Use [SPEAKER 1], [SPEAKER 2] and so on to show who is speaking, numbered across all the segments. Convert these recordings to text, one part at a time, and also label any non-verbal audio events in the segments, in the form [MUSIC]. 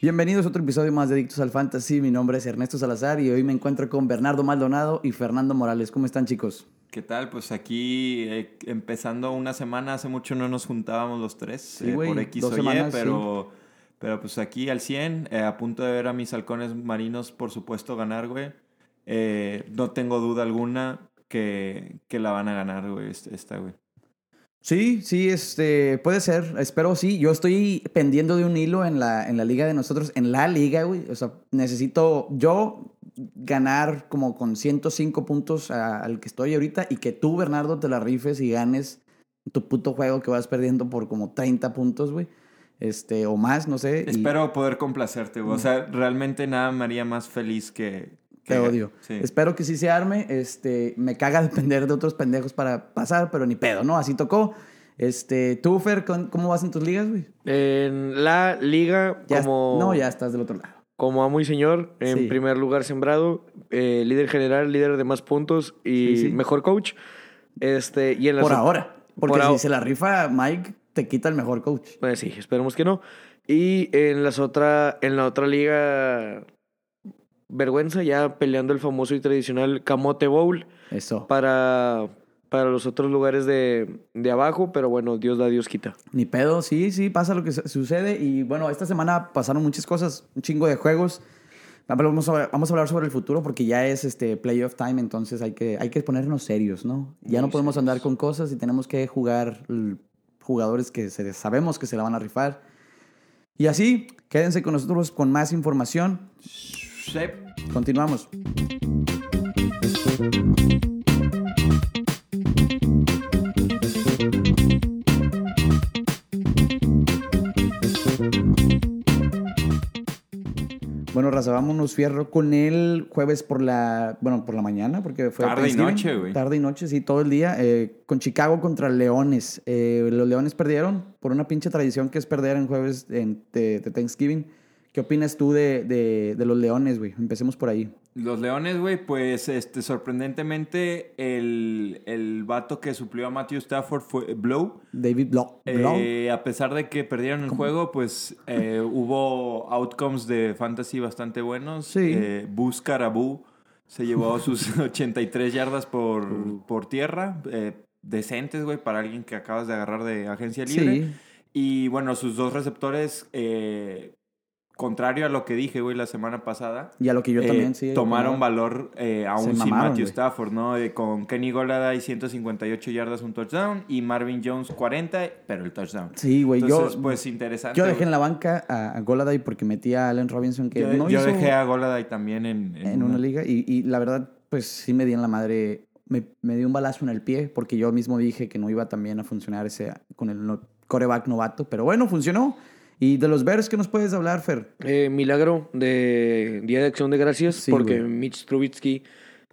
[SPEAKER 1] Bienvenidos a otro episodio más de Adictos al Fantasy. Mi nombre es Ernesto Salazar y hoy me encuentro con Bernardo Maldonado y Fernando Morales. ¿Cómo están, chicos?
[SPEAKER 2] ¿Qué tal? Pues aquí eh, empezando una semana, hace mucho no nos juntábamos los tres
[SPEAKER 1] Sí,
[SPEAKER 2] eh,
[SPEAKER 1] güey,
[SPEAKER 2] por X
[SPEAKER 1] dos
[SPEAKER 2] o Y,
[SPEAKER 1] semanas,
[SPEAKER 2] pero, pero pues aquí al 100, eh, a punto de ver a mis halcones marinos, por supuesto, ganar, güey. Eh, no tengo duda alguna que, que la van a ganar, güey, es- esta, güey.
[SPEAKER 1] Sí, sí, este, puede ser. Espero sí. Yo estoy pendiendo de un hilo en la, en la liga de nosotros, en la liga, güey. O sea, necesito yo ganar como con 105 puntos a- al que estoy ahorita y que tú, Bernardo, te la rifes y ganes tu puto juego que vas perdiendo por como 30 puntos, güey. Este, o más, no sé. y-
[SPEAKER 2] Espero poder complacerte, güey. O sea, realmente nada me haría más feliz que... que-
[SPEAKER 1] Mm. Te odio.
[SPEAKER 2] Sí.
[SPEAKER 1] Espero que sí se arme. Este, me caga depender de otros pendejos para pasar, pero ni pedo, ¿no? Así tocó. Este, tú, Fer, ¿con- ¿cómo vas en tus ligas, güey?
[SPEAKER 3] En la liga,
[SPEAKER 1] Ya-
[SPEAKER 3] como,
[SPEAKER 1] No, ya estás del otro lado.
[SPEAKER 3] como amo y señor, en
[SPEAKER 1] Sí.
[SPEAKER 3] primer lugar sembrado, eh, líder general, líder de más puntos
[SPEAKER 1] Sí,
[SPEAKER 3] y
[SPEAKER 1] sí.
[SPEAKER 3] mejor coach. Este, y en la
[SPEAKER 1] Por
[SPEAKER 3] so-
[SPEAKER 1] ahora. Porque
[SPEAKER 3] por
[SPEAKER 1] si
[SPEAKER 3] ahora.
[SPEAKER 1] se la rifa Mike, te quita el mejor coach.
[SPEAKER 3] Eh, sí, esperemos que no. Y en las otra, en la otra liga, vergüenza, ya peleando el famoso y tradicional Camote Bowl
[SPEAKER 1] Eso.
[SPEAKER 3] para, para los otros lugares de, de abajo, pero bueno, Dios da, Dios quita.
[SPEAKER 1] Ni pedo, sí, sí, pasa lo que su- sucede. Y bueno, esta semana pasaron muchas cosas, un chingo de juegos. Vamos a, vamos a hablar sobre el futuro porque ya es este playoff time, entonces hay que, hay que ponernos serios, ¿no? Ya no
[SPEAKER 3] Muy
[SPEAKER 1] podemos
[SPEAKER 3] serios.
[SPEAKER 1] andar con cosas y tenemos que jugar l- jugadores que se- sabemos que se la van a rifar. Y así, quédense con nosotros con más información.
[SPEAKER 2] Shep.
[SPEAKER 1] Continuamos. Bueno, raza, vámonos fierro con el jueves por la, bueno, por la mañana, porque fue
[SPEAKER 2] Tarde y
[SPEAKER 1] Thanksgiving.
[SPEAKER 2] noche, güey.
[SPEAKER 1] Tarde y noche, sí, todo el día, eh, con Chicago contra Leones. Eh, los Leones perdieron por una pinche tradición que es perder en jueves en- de, de Thanksgiving. ¿Qué opinas tú de, de- de los Leones, güey? Empecemos por ahí.
[SPEAKER 2] Los Leones, güey, pues este, sorprendentemente el, el vato que suplió a Matthew Stafford fue Blow.
[SPEAKER 1] David Blow. Blow.
[SPEAKER 2] Eh, a pesar de que perdieron el juego, pues
[SPEAKER 1] [LAUGHS]
[SPEAKER 2] eh, hubo outcomes de fantasy bastante buenos.
[SPEAKER 1] Sí.
[SPEAKER 2] Eh, Bus Carabú se
[SPEAKER 1] [LAUGHS]
[SPEAKER 2] llevó sus 83 yardas por,
[SPEAKER 1] Uh.
[SPEAKER 2] por tierra. eh, decentes, güey, para alguien que acabas de agarrar de agencia libre.
[SPEAKER 1] sí,
[SPEAKER 2] Y bueno, sus dos receptores, eh, contrario a lo que dije, güey, la semana pasada.
[SPEAKER 1] y a lo que yo
[SPEAKER 2] eh,
[SPEAKER 1] también, sí.
[SPEAKER 2] tomaron
[SPEAKER 1] como-
[SPEAKER 2] valor eh, aún
[SPEAKER 1] Se
[SPEAKER 2] sin
[SPEAKER 1] mamaron,
[SPEAKER 2] Matthew
[SPEAKER 1] güey.
[SPEAKER 2] Stafford, ¿no? Eh, con Kenny Golladay 158 yardas, un touchdown, y Marvin Jones 40, pero el touchdown.
[SPEAKER 1] Sí, güey. Yo,
[SPEAKER 2] Entonces, pues interesante.
[SPEAKER 1] yo dejé en
[SPEAKER 2] güey.
[SPEAKER 1] la banca a, a Goladay porque metí a Allen Robinson, que
[SPEAKER 2] Yo-
[SPEAKER 1] no
[SPEAKER 2] yo
[SPEAKER 1] hizo
[SPEAKER 2] dejé a Golladay también en, en
[SPEAKER 1] en
[SPEAKER 2] una-
[SPEAKER 1] una liga. Y, y la verdad, pues sí me di en la madre. Me, me dio un balazo en el pie porque yo mismo dije que no iba también a funcionar ese con el no- coreback novato. Pero bueno, funcionó. Y de los Bears, ¿qué nos puedes hablar, Fer?
[SPEAKER 3] Eh, milagro de Día de Acción de Gracias,
[SPEAKER 1] Sí,
[SPEAKER 3] porque
[SPEAKER 1] güey.
[SPEAKER 3] Mitch Trubisky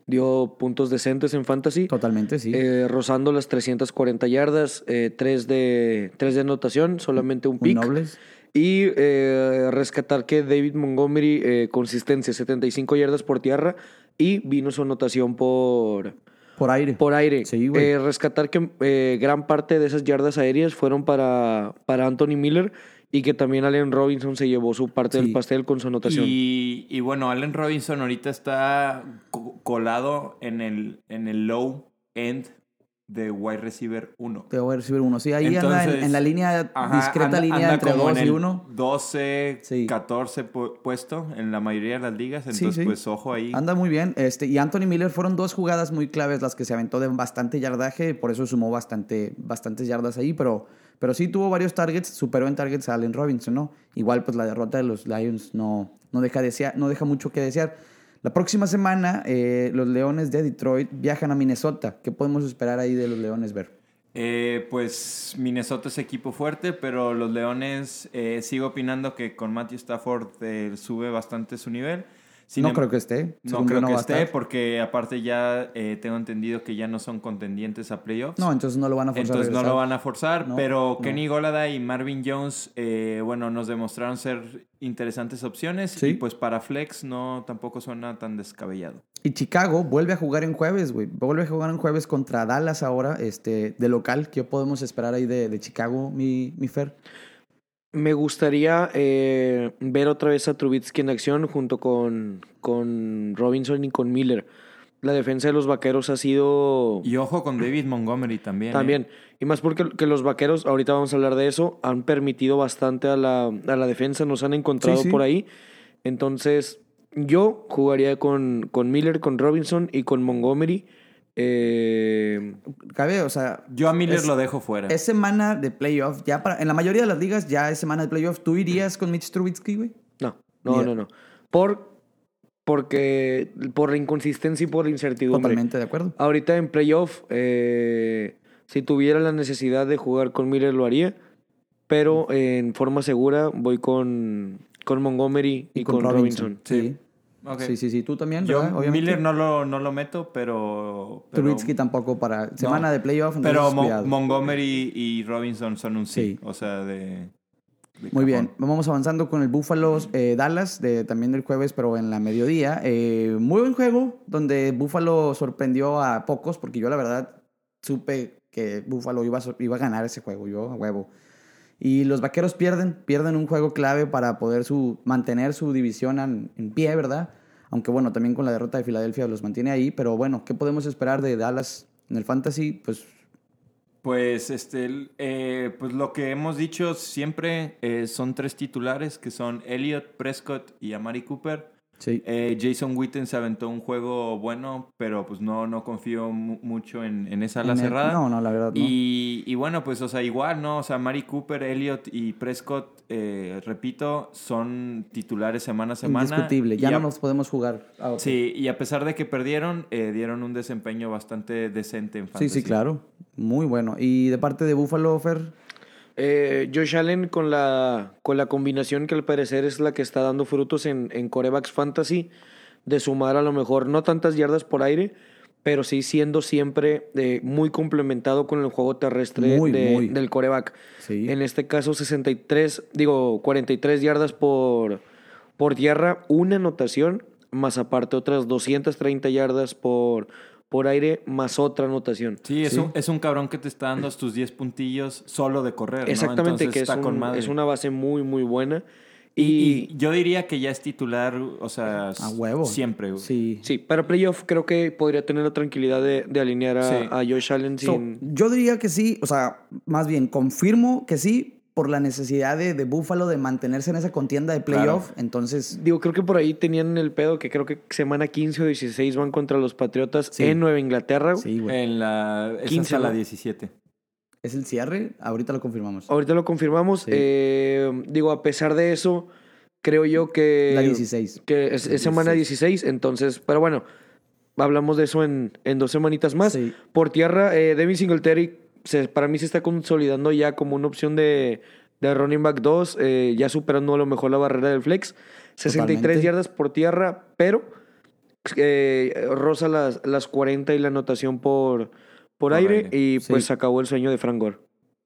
[SPEAKER 3] dio puntos decentes en fantasy.
[SPEAKER 1] Totalmente, sí.
[SPEAKER 3] eh, rozando las 340 yardas, 3 de, tres de anotación, solamente un
[SPEAKER 1] Muy
[SPEAKER 3] pick.
[SPEAKER 1] nobles.
[SPEAKER 3] Y eh, rescatar que David Montgomery, eh, consistencia, 75 yardas por tierra y vino su anotación por,
[SPEAKER 1] Por aire.
[SPEAKER 3] por aire.
[SPEAKER 1] Sí, güey.
[SPEAKER 3] Eh, rescatar que eh, gran parte de esas yardas aéreas fueron para, para Anthony Miller y que también Allen Robinson se llevó su parte
[SPEAKER 1] Sí.
[SPEAKER 3] del pastel con su anotación.
[SPEAKER 2] Y, y bueno, Allen Robinson ahorita está co- colado en el, en el low end de wide receiver 1.
[SPEAKER 1] Te voy a recibir uno. Sí, ahí anda en,
[SPEAKER 2] Entonces,
[SPEAKER 1] en la línea,
[SPEAKER 2] Ajá,
[SPEAKER 1] discreta
[SPEAKER 2] anda-
[SPEAKER 1] línea
[SPEAKER 2] anda
[SPEAKER 1] entre
[SPEAKER 2] como en
[SPEAKER 1] dos y
[SPEAKER 2] el
[SPEAKER 1] uno.
[SPEAKER 2] 12,
[SPEAKER 1] Sí.
[SPEAKER 2] 14 pu- puesto en la mayoría de las ligas.
[SPEAKER 1] Sí,
[SPEAKER 2] Entonces,
[SPEAKER 1] sí.
[SPEAKER 2] pues ojo ahí.
[SPEAKER 1] Anda muy bien. Este, y Anthony Miller fueron dos jugadas muy claves las que se aventó de bastante yardaje, por eso sumó bastante, bastantes yardas ahí, pero, pero sí tuvo varios targets, superó en targets a Allen Robinson, ¿no? Igual pues la derrota de los Lions no, no, deja, desear, no deja mucho que desear. La próxima semana eh, los Leones de Detroit viajan a Minnesota. ¿Qué podemos esperar ahí de los Leones ver?
[SPEAKER 2] Eh, pues Minnesota es equipo fuerte, pero los Leones eh, sigo opinando que con Matthew Stafford eh, sube bastante su nivel. Sin
[SPEAKER 1] no
[SPEAKER 2] em-
[SPEAKER 1] creo que esté.
[SPEAKER 2] No
[SPEAKER 1] según yo,
[SPEAKER 2] creo que
[SPEAKER 1] va a
[SPEAKER 2] esté,
[SPEAKER 1] estar.
[SPEAKER 2] porque aparte ya eh, tengo entendido que ya no son contendientes a playoffs.
[SPEAKER 1] No, entonces no lo van a forzar. a
[SPEAKER 2] Entonces no
[SPEAKER 1] regresar.
[SPEAKER 2] lo van a forzar,
[SPEAKER 1] No,
[SPEAKER 2] pero
[SPEAKER 1] no.
[SPEAKER 2] Kenny Golada y Marvin Jones, eh, bueno, nos demostraron ser interesantes opciones
[SPEAKER 1] Sí.
[SPEAKER 2] y pues para Flex no tampoco suena tan descabellado.
[SPEAKER 1] Y Chicago vuelve a jugar en jueves, güey. Vuelve a jugar en jueves contra Dallas ahora, este, de local. ¿Qué podemos esperar ahí de, de Chicago, mi, mi Fer?
[SPEAKER 3] Me gustaría eh, ver otra vez a Trubitsky en acción junto con, con Robinson y con Miller. La defensa de los vaqueros ha sido
[SPEAKER 2] Y ojo con David Montgomery también. ¿eh?
[SPEAKER 3] también. Y más porque que los vaqueros, ahorita vamos a hablar de eso, han permitido bastante a la, a la defensa, nos han encontrado
[SPEAKER 1] Sí, sí.
[SPEAKER 3] por ahí. Entonces, yo jugaría con, con Miller, con Robinson y con Montgomery. Eh,
[SPEAKER 1] Cabe, o sea,
[SPEAKER 2] Yo a Miller
[SPEAKER 1] Es-
[SPEAKER 2] lo dejo fuera.
[SPEAKER 1] es semana de playoff. Ya para, en la mayoría de las ligas ya es semana de playoff. ¿Tú irías con Mitch Trubisky, güey?
[SPEAKER 3] no, no,
[SPEAKER 1] Mira.
[SPEAKER 3] no, no. Por, porque, por la inconsistencia y por la incertidumbre.
[SPEAKER 1] Totalmente de acuerdo.
[SPEAKER 3] Ahorita en playoff, eh, si tuviera la necesidad de jugar con Miller, lo haría. Pero en forma segura voy con, con Montgomery y, con, Robinson.
[SPEAKER 1] Sí.
[SPEAKER 2] Ok.
[SPEAKER 1] Sí, sí, sí. Tú también,
[SPEAKER 2] Yo
[SPEAKER 1] ¿verdad? Obviamente.
[SPEAKER 2] Miller no lo, no lo meto, pero... pero
[SPEAKER 1] Trubisky tampoco para semana de playoff. entonces
[SPEAKER 2] Pero Mo-
[SPEAKER 1] cuidado.
[SPEAKER 2] Montgomery y Robinson son un sí.
[SPEAKER 1] Sí.
[SPEAKER 2] O sea, de... de
[SPEAKER 1] Muy
[SPEAKER 2] cajón.
[SPEAKER 1] bien, vamos avanzando con el Búfalos eh, Dallas, de, también del jueves, pero en la mediodía. Eh, muy buen juego, donde Búfalo sorprendió a pocos, porque yo la verdad supe que Búfalo iba, a sor- iba a ganar ese juego, yo a huevo. Y los vaqueros pierden, pierden un juego clave para poder su, mantener su división en, en pie, ¿verdad? Aunque bueno, también con la derrota de Filadelfia los mantiene ahí, pero bueno, ¿qué podemos esperar de Dallas en el Fantasy? Pues
[SPEAKER 2] Pues, este, el- eh, pues lo que hemos dicho siempre eh, son tres titulares, que son Elliot, Prescott y Amari Cooper.
[SPEAKER 1] sí,
[SPEAKER 2] Eh, Jason Witten se aventó un juego bueno, pero pues no, no confío mu- mucho en, en esa ala
[SPEAKER 1] En el-
[SPEAKER 2] cerrada.
[SPEAKER 1] No, no, la verdad. no.
[SPEAKER 2] Y, y bueno, pues, o sea, igual, ¿no? O sea, Mari Cooper, Elliot y Prescott, eh, repito, son titulares semana a semana.
[SPEAKER 1] Indiscutible, ya
[SPEAKER 2] Y
[SPEAKER 1] no
[SPEAKER 2] a-
[SPEAKER 1] nos podemos jugar. a otro.
[SPEAKER 2] Sí, y a pesar de que perdieron, eh, dieron un desempeño bastante decente en
[SPEAKER 1] Sí,
[SPEAKER 2] fantasy.
[SPEAKER 1] sí, claro. Muy bueno. Y de parte de Buffalo, Fer,
[SPEAKER 3] Eh, Josh Allen con la, con la combinación que al parecer es la que está dando frutos en, en Corebacks Fantasy, de sumar a lo mejor no tantas yardas por aire, pero sí siendo siempre eh, muy complementado con el juego terrestre
[SPEAKER 1] Muy,
[SPEAKER 3] de-
[SPEAKER 1] muy.
[SPEAKER 3] del coreback.
[SPEAKER 1] Sí.
[SPEAKER 3] En este caso 63, digo 43 yardas por, por tierra, una anotación, más aparte otras 230 yardas por, por aire, más otra anotación.
[SPEAKER 2] Sí, es,
[SPEAKER 1] Sí.
[SPEAKER 2] Un, es un cabrón que te está dando tus 10 puntillos solo de correr. ¿no?
[SPEAKER 3] Exactamente,
[SPEAKER 2] Entonces
[SPEAKER 3] que es,
[SPEAKER 2] está con
[SPEAKER 3] un-
[SPEAKER 2] madre.
[SPEAKER 3] es una base muy, muy buena.
[SPEAKER 2] Y,
[SPEAKER 3] Y,
[SPEAKER 2] y yo diría que ya es titular, o sea,
[SPEAKER 1] a huevo.
[SPEAKER 2] siempre. güey.
[SPEAKER 1] Sí.
[SPEAKER 3] sí, para playoff creo que podría tener la tranquilidad de, de alinear a,
[SPEAKER 2] Sí.
[SPEAKER 3] a Josh Allen
[SPEAKER 1] So,
[SPEAKER 3] sin...
[SPEAKER 1] yo diría que sí, o sea, más bien, confirmo que sí por la necesidad de, de Buffalo de mantenerse en esa contienda de playoff. Entonces,
[SPEAKER 3] Digo, creo que por ahí tenían el pedo que creo que semana 15 o 16 van contra los Patriotas
[SPEAKER 1] Sí.
[SPEAKER 3] en Nueva Inglaterra.
[SPEAKER 1] sí, güey.
[SPEAKER 2] En la, es
[SPEAKER 3] 15,
[SPEAKER 2] hasta la
[SPEAKER 3] ¿no?
[SPEAKER 2] 17.
[SPEAKER 1] ¿Es el cierre? Ahorita lo confirmamos.
[SPEAKER 3] Ahorita lo confirmamos.
[SPEAKER 1] Sí.
[SPEAKER 3] Eh, digo, a pesar de eso, creo yo que...
[SPEAKER 1] la 16.
[SPEAKER 3] Que es, es semana 16, entonces, pero bueno, hablamos de eso en, en dos semanitas más.
[SPEAKER 1] Sí.
[SPEAKER 3] Por tierra, eh, Devin Singletary se- para mí se está consolidando ya como una opción de, de running back 2, eh, ya superando a lo mejor la barrera del flex. 63
[SPEAKER 1] Totalmente.
[SPEAKER 3] yardas por tierra, pero eh, rosa las, las 40 y la anotación por, por
[SPEAKER 2] Por
[SPEAKER 3] aire,
[SPEAKER 2] aire,
[SPEAKER 3] y
[SPEAKER 1] sí.
[SPEAKER 3] pues acabó el sueño de Frank Gore.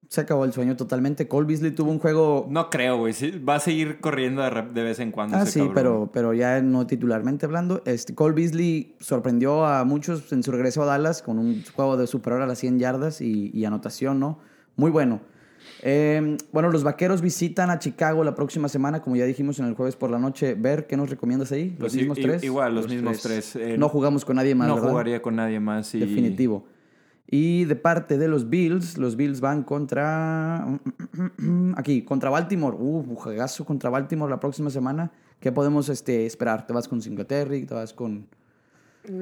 [SPEAKER 1] Se acabó el sueño totalmente. Cole Beasley tuvo un juego.
[SPEAKER 2] No creo, güey. Sí, Va a seguir corriendo de, rep- de vez en cuando.
[SPEAKER 1] Ah,
[SPEAKER 2] ese
[SPEAKER 1] sí,
[SPEAKER 2] cabrón.
[SPEAKER 1] pero, pero ya no titularmente hablando. Este, Cole Beasley sorprendió a muchos en su regreso a Dallas con un juego de superar a las 100 yardas y, y anotación, ¿no? Muy bueno. Eh, bueno, los vaqueros visitan a Chicago la próxima semana, como ya dijimos en el jueves por la noche. Ver, ¿qué nos recomiendas ahí? ¿Los
[SPEAKER 2] Pues i-
[SPEAKER 1] mismos
[SPEAKER 2] i-
[SPEAKER 1] tres?
[SPEAKER 2] Igual, los,
[SPEAKER 3] Los
[SPEAKER 2] mismos
[SPEAKER 3] tres.
[SPEAKER 2] tres. Eh,
[SPEAKER 1] no jugamos con nadie más,
[SPEAKER 2] no
[SPEAKER 1] ¿verdad?
[SPEAKER 2] jugaría con nadie más. Y...
[SPEAKER 1] Definitivo. Y de parte de los Bills, los Bills van contra. [CLEARS THROAT] Aquí, contra Baltimore. Uh, un juegazo contra Baltimore la próxima semana. ¿Qué podemos este, esperar? ¿Te vas con Singletary? ¿Te vas con.?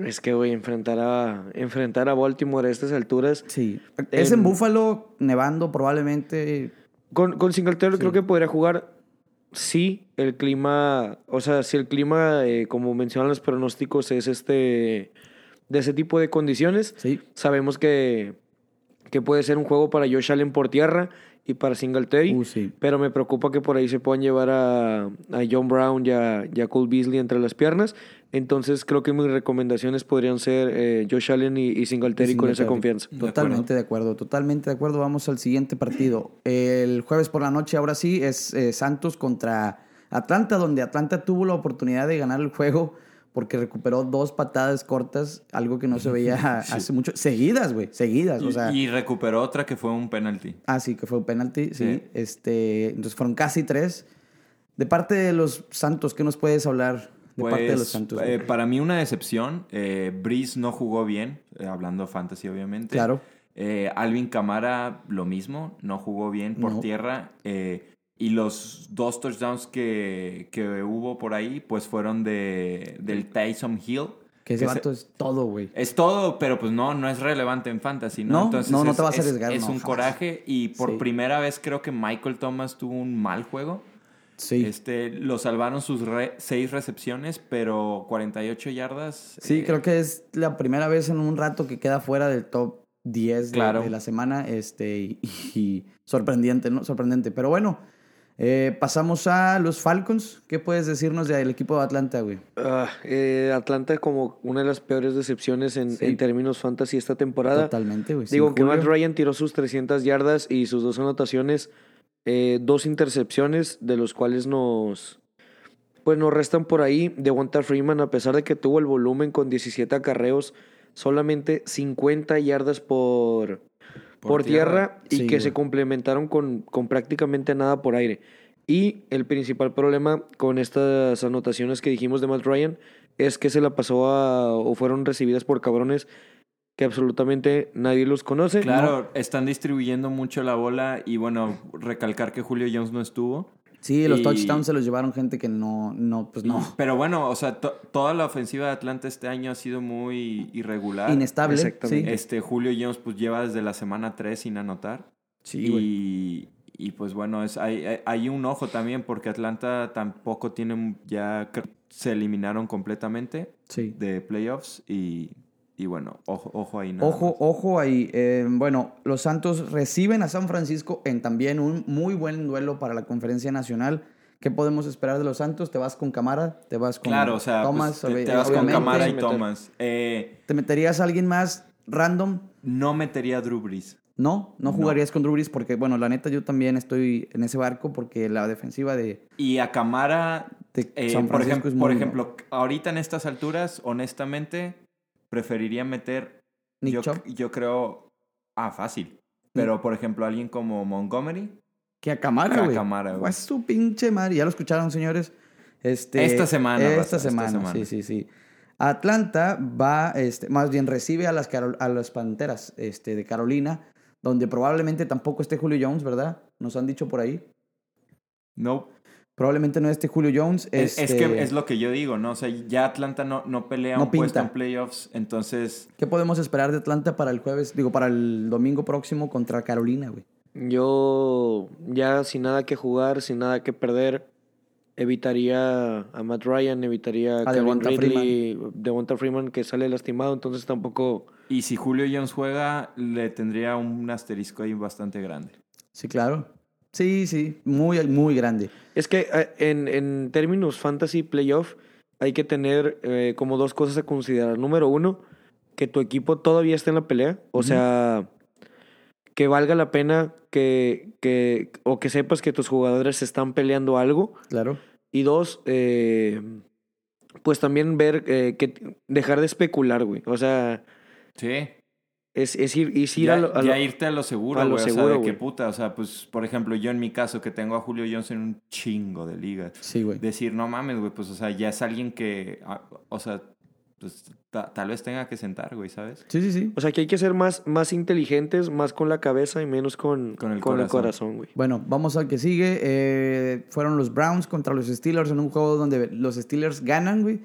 [SPEAKER 3] Es que, güey, enfrentar a, enfrentar a Baltimore a estas alturas.
[SPEAKER 1] Sí. Es en Buffalo, nevando probablemente.
[SPEAKER 3] Con, con Singletary creo que podría jugar si el clima, o sea, si el clima, eh, como mencionan los pronósticos, es este de ese tipo de condiciones.
[SPEAKER 1] Sí.
[SPEAKER 3] Sabemos que, que puede ser un juego para Josh Allen por tierra y para Singletary.
[SPEAKER 1] Uh, sí.
[SPEAKER 3] Pero me preocupa que por ahí se puedan llevar a, a John Brown y a, y a Cole Beasley entre las piernas. Entonces creo que mis recomendaciones podrían ser eh, Josh Allen y, y Singletary con esa
[SPEAKER 1] Singletary.
[SPEAKER 3] confianza.
[SPEAKER 2] De
[SPEAKER 1] Totalmente de acuerdo. totalmente de acuerdo. Vamos al siguiente partido. El jueves por la noche, ahora sí, es eh, Santos contra Atlanta, donde Atlanta tuvo la oportunidad de ganar el juego porque recuperó dos patadas cortas, algo que no se
[SPEAKER 2] [LAUGHS]
[SPEAKER 1] veía hace mucho. Seguidas, güey, seguidas.
[SPEAKER 2] Y,
[SPEAKER 1] o sea,
[SPEAKER 2] y recuperó otra que fue un penalti.
[SPEAKER 1] Ah, sí, que fue un penalti, sí.
[SPEAKER 2] Sí.
[SPEAKER 1] Este, entonces fueron casi tres. De parte de los Santos, ¿qué nos puedes hablar de parte de
[SPEAKER 2] Pues,
[SPEAKER 1] los Santos?
[SPEAKER 2] eh,
[SPEAKER 1] güey?
[SPEAKER 2] para mí una decepción. Eh, Breeze no jugó bien, eh, hablando fantasy obviamente.
[SPEAKER 1] Claro.
[SPEAKER 2] Eh, Alvin Camara lo mismo, no jugó bien por
[SPEAKER 1] No.
[SPEAKER 2] tierra. eh, y los dos touchdowns que, que hubo por ahí, pues fueron de, del Tyson Hill.
[SPEAKER 1] que ese
[SPEAKER 2] se-
[SPEAKER 1] vato es todo, güey.
[SPEAKER 2] es todo, pero pues no, no es relevante en fantasy, ¿no?
[SPEAKER 1] No,
[SPEAKER 2] Entonces
[SPEAKER 1] no, no
[SPEAKER 2] es-
[SPEAKER 1] te vas a
[SPEAKER 2] es-
[SPEAKER 1] arriesgar,
[SPEAKER 2] Es,
[SPEAKER 1] no,
[SPEAKER 2] un
[SPEAKER 1] jamás.
[SPEAKER 2] coraje y por
[SPEAKER 1] Sí.
[SPEAKER 2] primera vez creo que Michael Thomas tuvo un mal juego.
[SPEAKER 1] Sí.
[SPEAKER 2] Este, lo salvaron sus re- seis recepciones, pero 48 yardas.
[SPEAKER 1] sí,
[SPEAKER 2] eh,
[SPEAKER 3] Este,
[SPEAKER 1] creo que es la primera vez en un rato que queda fuera del top 10 de,
[SPEAKER 2] Claro.
[SPEAKER 1] de la semana. Este, y, y sorprendente, ¿no? Sorprendente. Pero bueno, eh, pasamos a los Falcons. ¿Qué puedes decirnos del equipo de Atlanta, güey?
[SPEAKER 3] Ah, eh, Atlanta como una de las peores decepciones en,
[SPEAKER 1] Sí.
[SPEAKER 3] en términos fantasy esta temporada.
[SPEAKER 1] Totalmente, güey.
[SPEAKER 3] Digo,
[SPEAKER 1] sin
[SPEAKER 3] que Matt
[SPEAKER 1] Julio.
[SPEAKER 3] Ryan tiró sus 300 yardas y sus dos anotaciones, eh, dos intercepciones, de los cuales nos, pues nos restan por ahí. Devonta Freeman, a pesar de que tuvo el volumen con 17 acarreos, solamente 50 yardas por, por, tierra, y
[SPEAKER 1] Sí,
[SPEAKER 3] que
[SPEAKER 1] güey.
[SPEAKER 3] se complementaron con, con prácticamente nada por aire. Y el principal problema con estas anotaciones que dijimos de Matt Ryan es que se la pasó a, o fueron recibidas por cabrones que absolutamente nadie los conoce.
[SPEAKER 2] Claro, están distribuyendo mucho la bola y bueno, recalcar que Julio Jones no estuvo.
[SPEAKER 1] Sí, los
[SPEAKER 2] y-
[SPEAKER 1] touchdowns se los llevaron gente que no, no, pues no.
[SPEAKER 2] Pero bueno, o sea, to- toda la ofensiva de Atlanta este año ha sido muy irregular.
[SPEAKER 1] Inestable.
[SPEAKER 3] Exactamente.
[SPEAKER 1] sí.
[SPEAKER 2] Este Julio Jones pues lleva desde la semana 3 sin anotar.
[SPEAKER 1] Sí, güey.
[SPEAKER 2] y, y, pues bueno, es, hay, hay- hay un ojo también porque Atlanta tampoco tiene un- ya cr- se eliminaron completamente
[SPEAKER 1] Sí.
[SPEAKER 2] de playoffs y, y bueno, ojo, ojo ahí. nada
[SPEAKER 1] Ojo, ojo ahí. Eh, bueno, los Santos reciben a San Francisco en también un muy buen duelo para la conferencia nacional. ¿Qué podemos esperar de los Santos? ¿Te vas con Camara? ¿Te vas con
[SPEAKER 2] Claro, o sea, pues,
[SPEAKER 1] Thomas?
[SPEAKER 2] te- te,
[SPEAKER 1] Obvi-
[SPEAKER 2] vas con
[SPEAKER 1] obviamente.
[SPEAKER 2] Camara y
[SPEAKER 3] meter-
[SPEAKER 2] Thomas. Eh,
[SPEAKER 1] ¿Te meterías a alguien más random?
[SPEAKER 2] no metería a Drew Brees.
[SPEAKER 1] No, no
[SPEAKER 2] No.
[SPEAKER 1] jugarías con Drew Brees porque, bueno, la neta yo también estoy en ese barco porque la defensiva de...
[SPEAKER 2] Y a Camara,
[SPEAKER 1] De
[SPEAKER 2] eh,
[SPEAKER 1] San
[SPEAKER 2] por,
[SPEAKER 1] Francisco
[SPEAKER 2] ejem-
[SPEAKER 1] es muy
[SPEAKER 2] por
[SPEAKER 1] bueno.
[SPEAKER 2] ejemplo, ahorita en estas alturas, honestamente, preferiría meter,
[SPEAKER 1] Nick
[SPEAKER 2] yo,
[SPEAKER 1] Chubb,
[SPEAKER 2] yo creo, ah, fácil. Pero, por ejemplo, alguien como Montgomery,
[SPEAKER 1] que a
[SPEAKER 2] que
[SPEAKER 1] Camara,
[SPEAKER 2] a
[SPEAKER 1] güey.
[SPEAKER 2] Camara, güey.
[SPEAKER 1] Pues su pinche madre. Ya lo escucharon, señores. Este,
[SPEAKER 2] Esta semana,
[SPEAKER 1] Esta,
[SPEAKER 2] raza, esta
[SPEAKER 1] semana,
[SPEAKER 2] semana.
[SPEAKER 1] sí, sí, sí. Atlanta va, este, más bien recibe a las, Carol- a las Panteras este, de Carolina, donde probablemente tampoco esté Julio Jones, ¿verdad? Nos han dicho por ahí.
[SPEAKER 2] no
[SPEAKER 1] Probablemente no esté Julio Jones.
[SPEAKER 2] Es, es
[SPEAKER 1] este,
[SPEAKER 2] que es lo que yo digo, ¿no? O sea, ya Atlanta no, no pelea
[SPEAKER 1] No
[SPEAKER 2] un puesto
[SPEAKER 1] pinta.
[SPEAKER 2] en playoffs, entonces
[SPEAKER 1] ¿Qué podemos esperar de Atlanta para el jueves? Digo, para el domingo próximo contra Carolina, güey.
[SPEAKER 3] Yo ya sin nada que jugar, sin nada que perder, evitaría a Matt Ryan, evitaría a Kevin
[SPEAKER 1] Devonta
[SPEAKER 3] Ridley, Devonta Freeman que sale lastimado, entonces tampoco...
[SPEAKER 2] y si Julio Jones juega le tendría un asterisco ahí bastante grande.
[SPEAKER 1] Sí, claro. Sí, sí. Muy, muy grande.
[SPEAKER 3] Es que eh, en, en términos fantasy playoff hay que tener eh, como dos cosas a considerar. Número uno, que tu equipo todavía esté en la pelea. O sea, que valga la pena que, que, o que sepas que tus jugadores están peleando algo.
[SPEAKER 1] Claro.
[SPEAKER 3] Y dos, eh, pues también ver eh, que dejar de especular, güey. O sea,
[SPEAKER 2] Sí.
[SPEAKER 3] es, es ir, es ir
[SPEAKER 2] ya,
[SPEAKER 3] a lo- a
[SPEAKER 2] ya
[SPEAKER 3] lo-
[SPEAKER 2] irte a lo seguro,
[SPEAKER 3] a lo
[SPEAKER 2] güey. O sea,
[SPEAKER 3] seguro,
[SPEAKER 2] de qué
[SPEAKER 3] güey.
[SPEAKER 2] puta. O sea, pues, por ejemplo, yo en mi caso que tengo a Julio Jones en un chingo de ligas.
[SPEAKER 1] Sí, güey.
[SPEAKER 2] Decir, no mames, güey, pues, o sea, ya es alguien que, ah, o sea, pues, ta- tal vez tenga que sentar, güey, ¿sabes?
[SPEAKER 1] Sí, sí, sí.
[SPEAKER 3] O sea, que hay que ser más, más inteligentes, más con la cabeza y menos con,
[SPEAKER 2] Con el corazón.
[SPEAKER 3] corazón, güey.
[SPEAKER 1] Bueno, vamos al que sigue. Eh, fueron los Browns contra los Steelers en un juego donde los Steelers ganan, güey.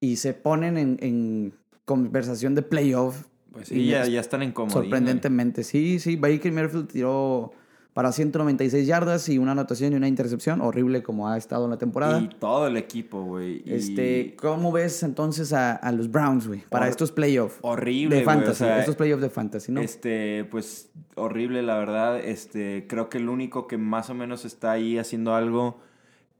[SPEAKER 1] Y se ponen en, en conversación de playoff.
[SPEAKER 2] Pues
[SPEAKER 1] Y
[SPEAKER 2] sí, ya,
[SPEAKER 1] es-
[SPEAKER 2] ya están en comodín, güey.
[SPEAKER 1] Sorprendentemente. Sí, sí. Baker Mayfield tiró para 196 yardas y una anotación y una intercepción. Horrible como ha estado en la temporada.
[SPEAKER 2] Y todo el equipo, güey. y-
[SPEAKER 1] Este, ¿Cómo ves entonces a, a los Browns, güey? Para
[SPEAKER 2] Hor-
[SPEAKER 1] estos playoffs.
[SPEAKER 2] Horrible,
[SPEAKER 1] De
[SPEAKER 2] güey, o
[SPEAKER 1] fantasy.
[SPEAKER 2] sea,
[SPEAKER 1] estos playoffs de fantasy, ¿no?
[SPEAKER 2] Este, pues horrible, la verdad. Este, creo que el único que más o menos está ahí haciendo algo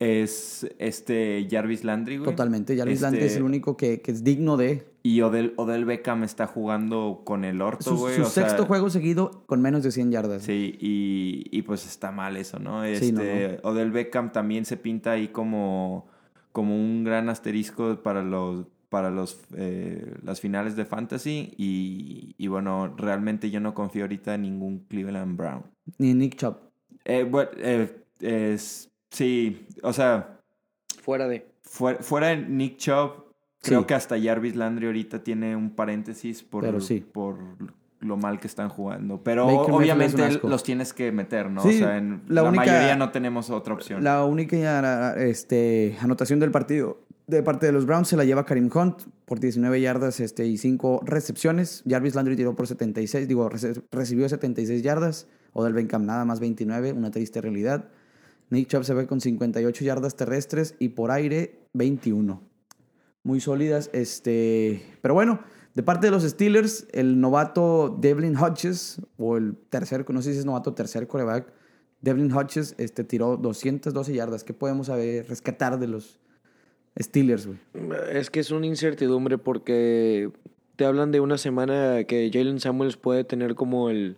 [SPEAKER 2] es este Jarvis Landry, güey.
[SPEAKER 1] Totalmente. Ya Luis
[SPEAKER 2] Este,
[SPEAKER 1] Lante es el único que, que es digno de...
[SPEAKER 2] Y Odell, Odell Beckham está jugando con el orto,
[SPEAKER 1] Su,
[SPEAKER 2] güey.
[SPEAKER 1] su
[SPEAKER 2] o sea,
[SPEAKER 1] sexto juego seguido con menos de 100 yardas.
[SPEAKER 2] Sí, y, y pues está mal eso, ¿no? Este,
[SPEAKER 1] Sí, no,
[SPEAKER 2] Odell Beckham también se pinta ahí como, como un gran asterisco para los para los, eh, las finales de Fantasy y, y bueno, realmente yo no confío ahorita en ningún Cleveland Brown.
[SPEAKER 1] Ni Nick Chop.
[SPEAKER 2] Eh, bueno, eh, es- sí, o sea,
[SPEAKER 3] Fuera de.
[SPEAKER 2] fuera, fuera de Nick Chubb, creo
[SPEAKER 1] Sí.
[SPEAKER 2] que hasta Jarvis Landry ahorita tiene un paréntesis por,
[SPEAKER 1] Pero sí.
[SPEAKER 2] por lo mal que están jugando. Pero
[SPEAKER 1] Baker Mayfield es un
[SPEAKER 2] obviamente
[SPEAKER 1] asco.
[SPEAKER 2] los tienes que meter, ¿no?
[SPEAKER 1] Sí,
[SPEAKER 2] o sea, en
[SPEAKER 1] la
[SPEAKER 2] la,
[SPEAKER 1] única-
[SPEAKER 2] mayoría no tenemos otra opción.
[SPEAKER 1] La única este, anotación del partido de parte de los Browns se la lleva Karim Hunt por 19 yardas este, y 5 recepciones. Jarvis Landry tiró por 76, digo, rece- recibió 76 yardas. Odell Beckham nada más 29, una triste realidad. Nick Chubb se ve con 58 yardas terrestres y por aire 21. Muy sólidas. Este, pero bueno, de parte de los Steelers, el novato Devlin Hodges, o el tercer, no sé si es novato tercer coreback, Devlin Hodges este, tiró 212 yardas. ¿Qué podemos saber, rescatar de los Steelers, güey?
[SPEAKER 3] Es que es una incertidumbre porque te hablan de una semana que Jalen Samuels puede tener como el,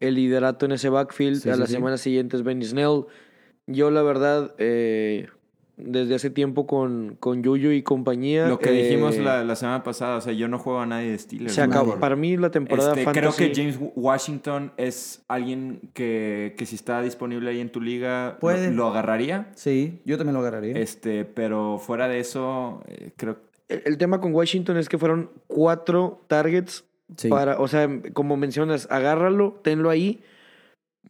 [SPEAKER 3] el liderato en ese backfield.
[SPEAKER 1] Sí,
[SPEAKER 3] a
[SPEAKER 1] sí,
[SPEAKER 3] la
[SPEAKER 1] sí.
[SPEAKER 3] semana siguiente es Benny Snell. Yo, la verdad, eh, desde hace tiempo con, con Yuyu y compañía.
[SPEAKER 2] lo que
[SPEAKER 3] eh,
[SPEAKER 2] dijimos la, la semana pasada, o sea, yo no juego a nadie de Steelers.
[SPEAKER 3] Se
[SPEAKER 2] ¿no?
[SPEAKER 3] acabó.
[SPEAKER 2] Por-
[SPEAKER 3] Para mí, la temporada
[SPEAKER 2] Este, creo
[SPEAKER 3] fantasy.
[SPEAKER 2] que James Washington es alguien que, que si está disponible ahí en tu liga, lo-
[SPEAKER 1] Puede.
[SPEAKER 2] Lo, agarraría.
[SPEAKER 1] Sí, yo también lo agarraría.
[SPEAKER 2] Este, pero fuera de eso, eh, creo
[SPEAKER 3] El, el tema con Washington es que fueron cuatro targets.
[SPEAKER 1] Sí.
[SPEAKER 3] Para, o sea, como mencionas, agárralo, tenlo ahí.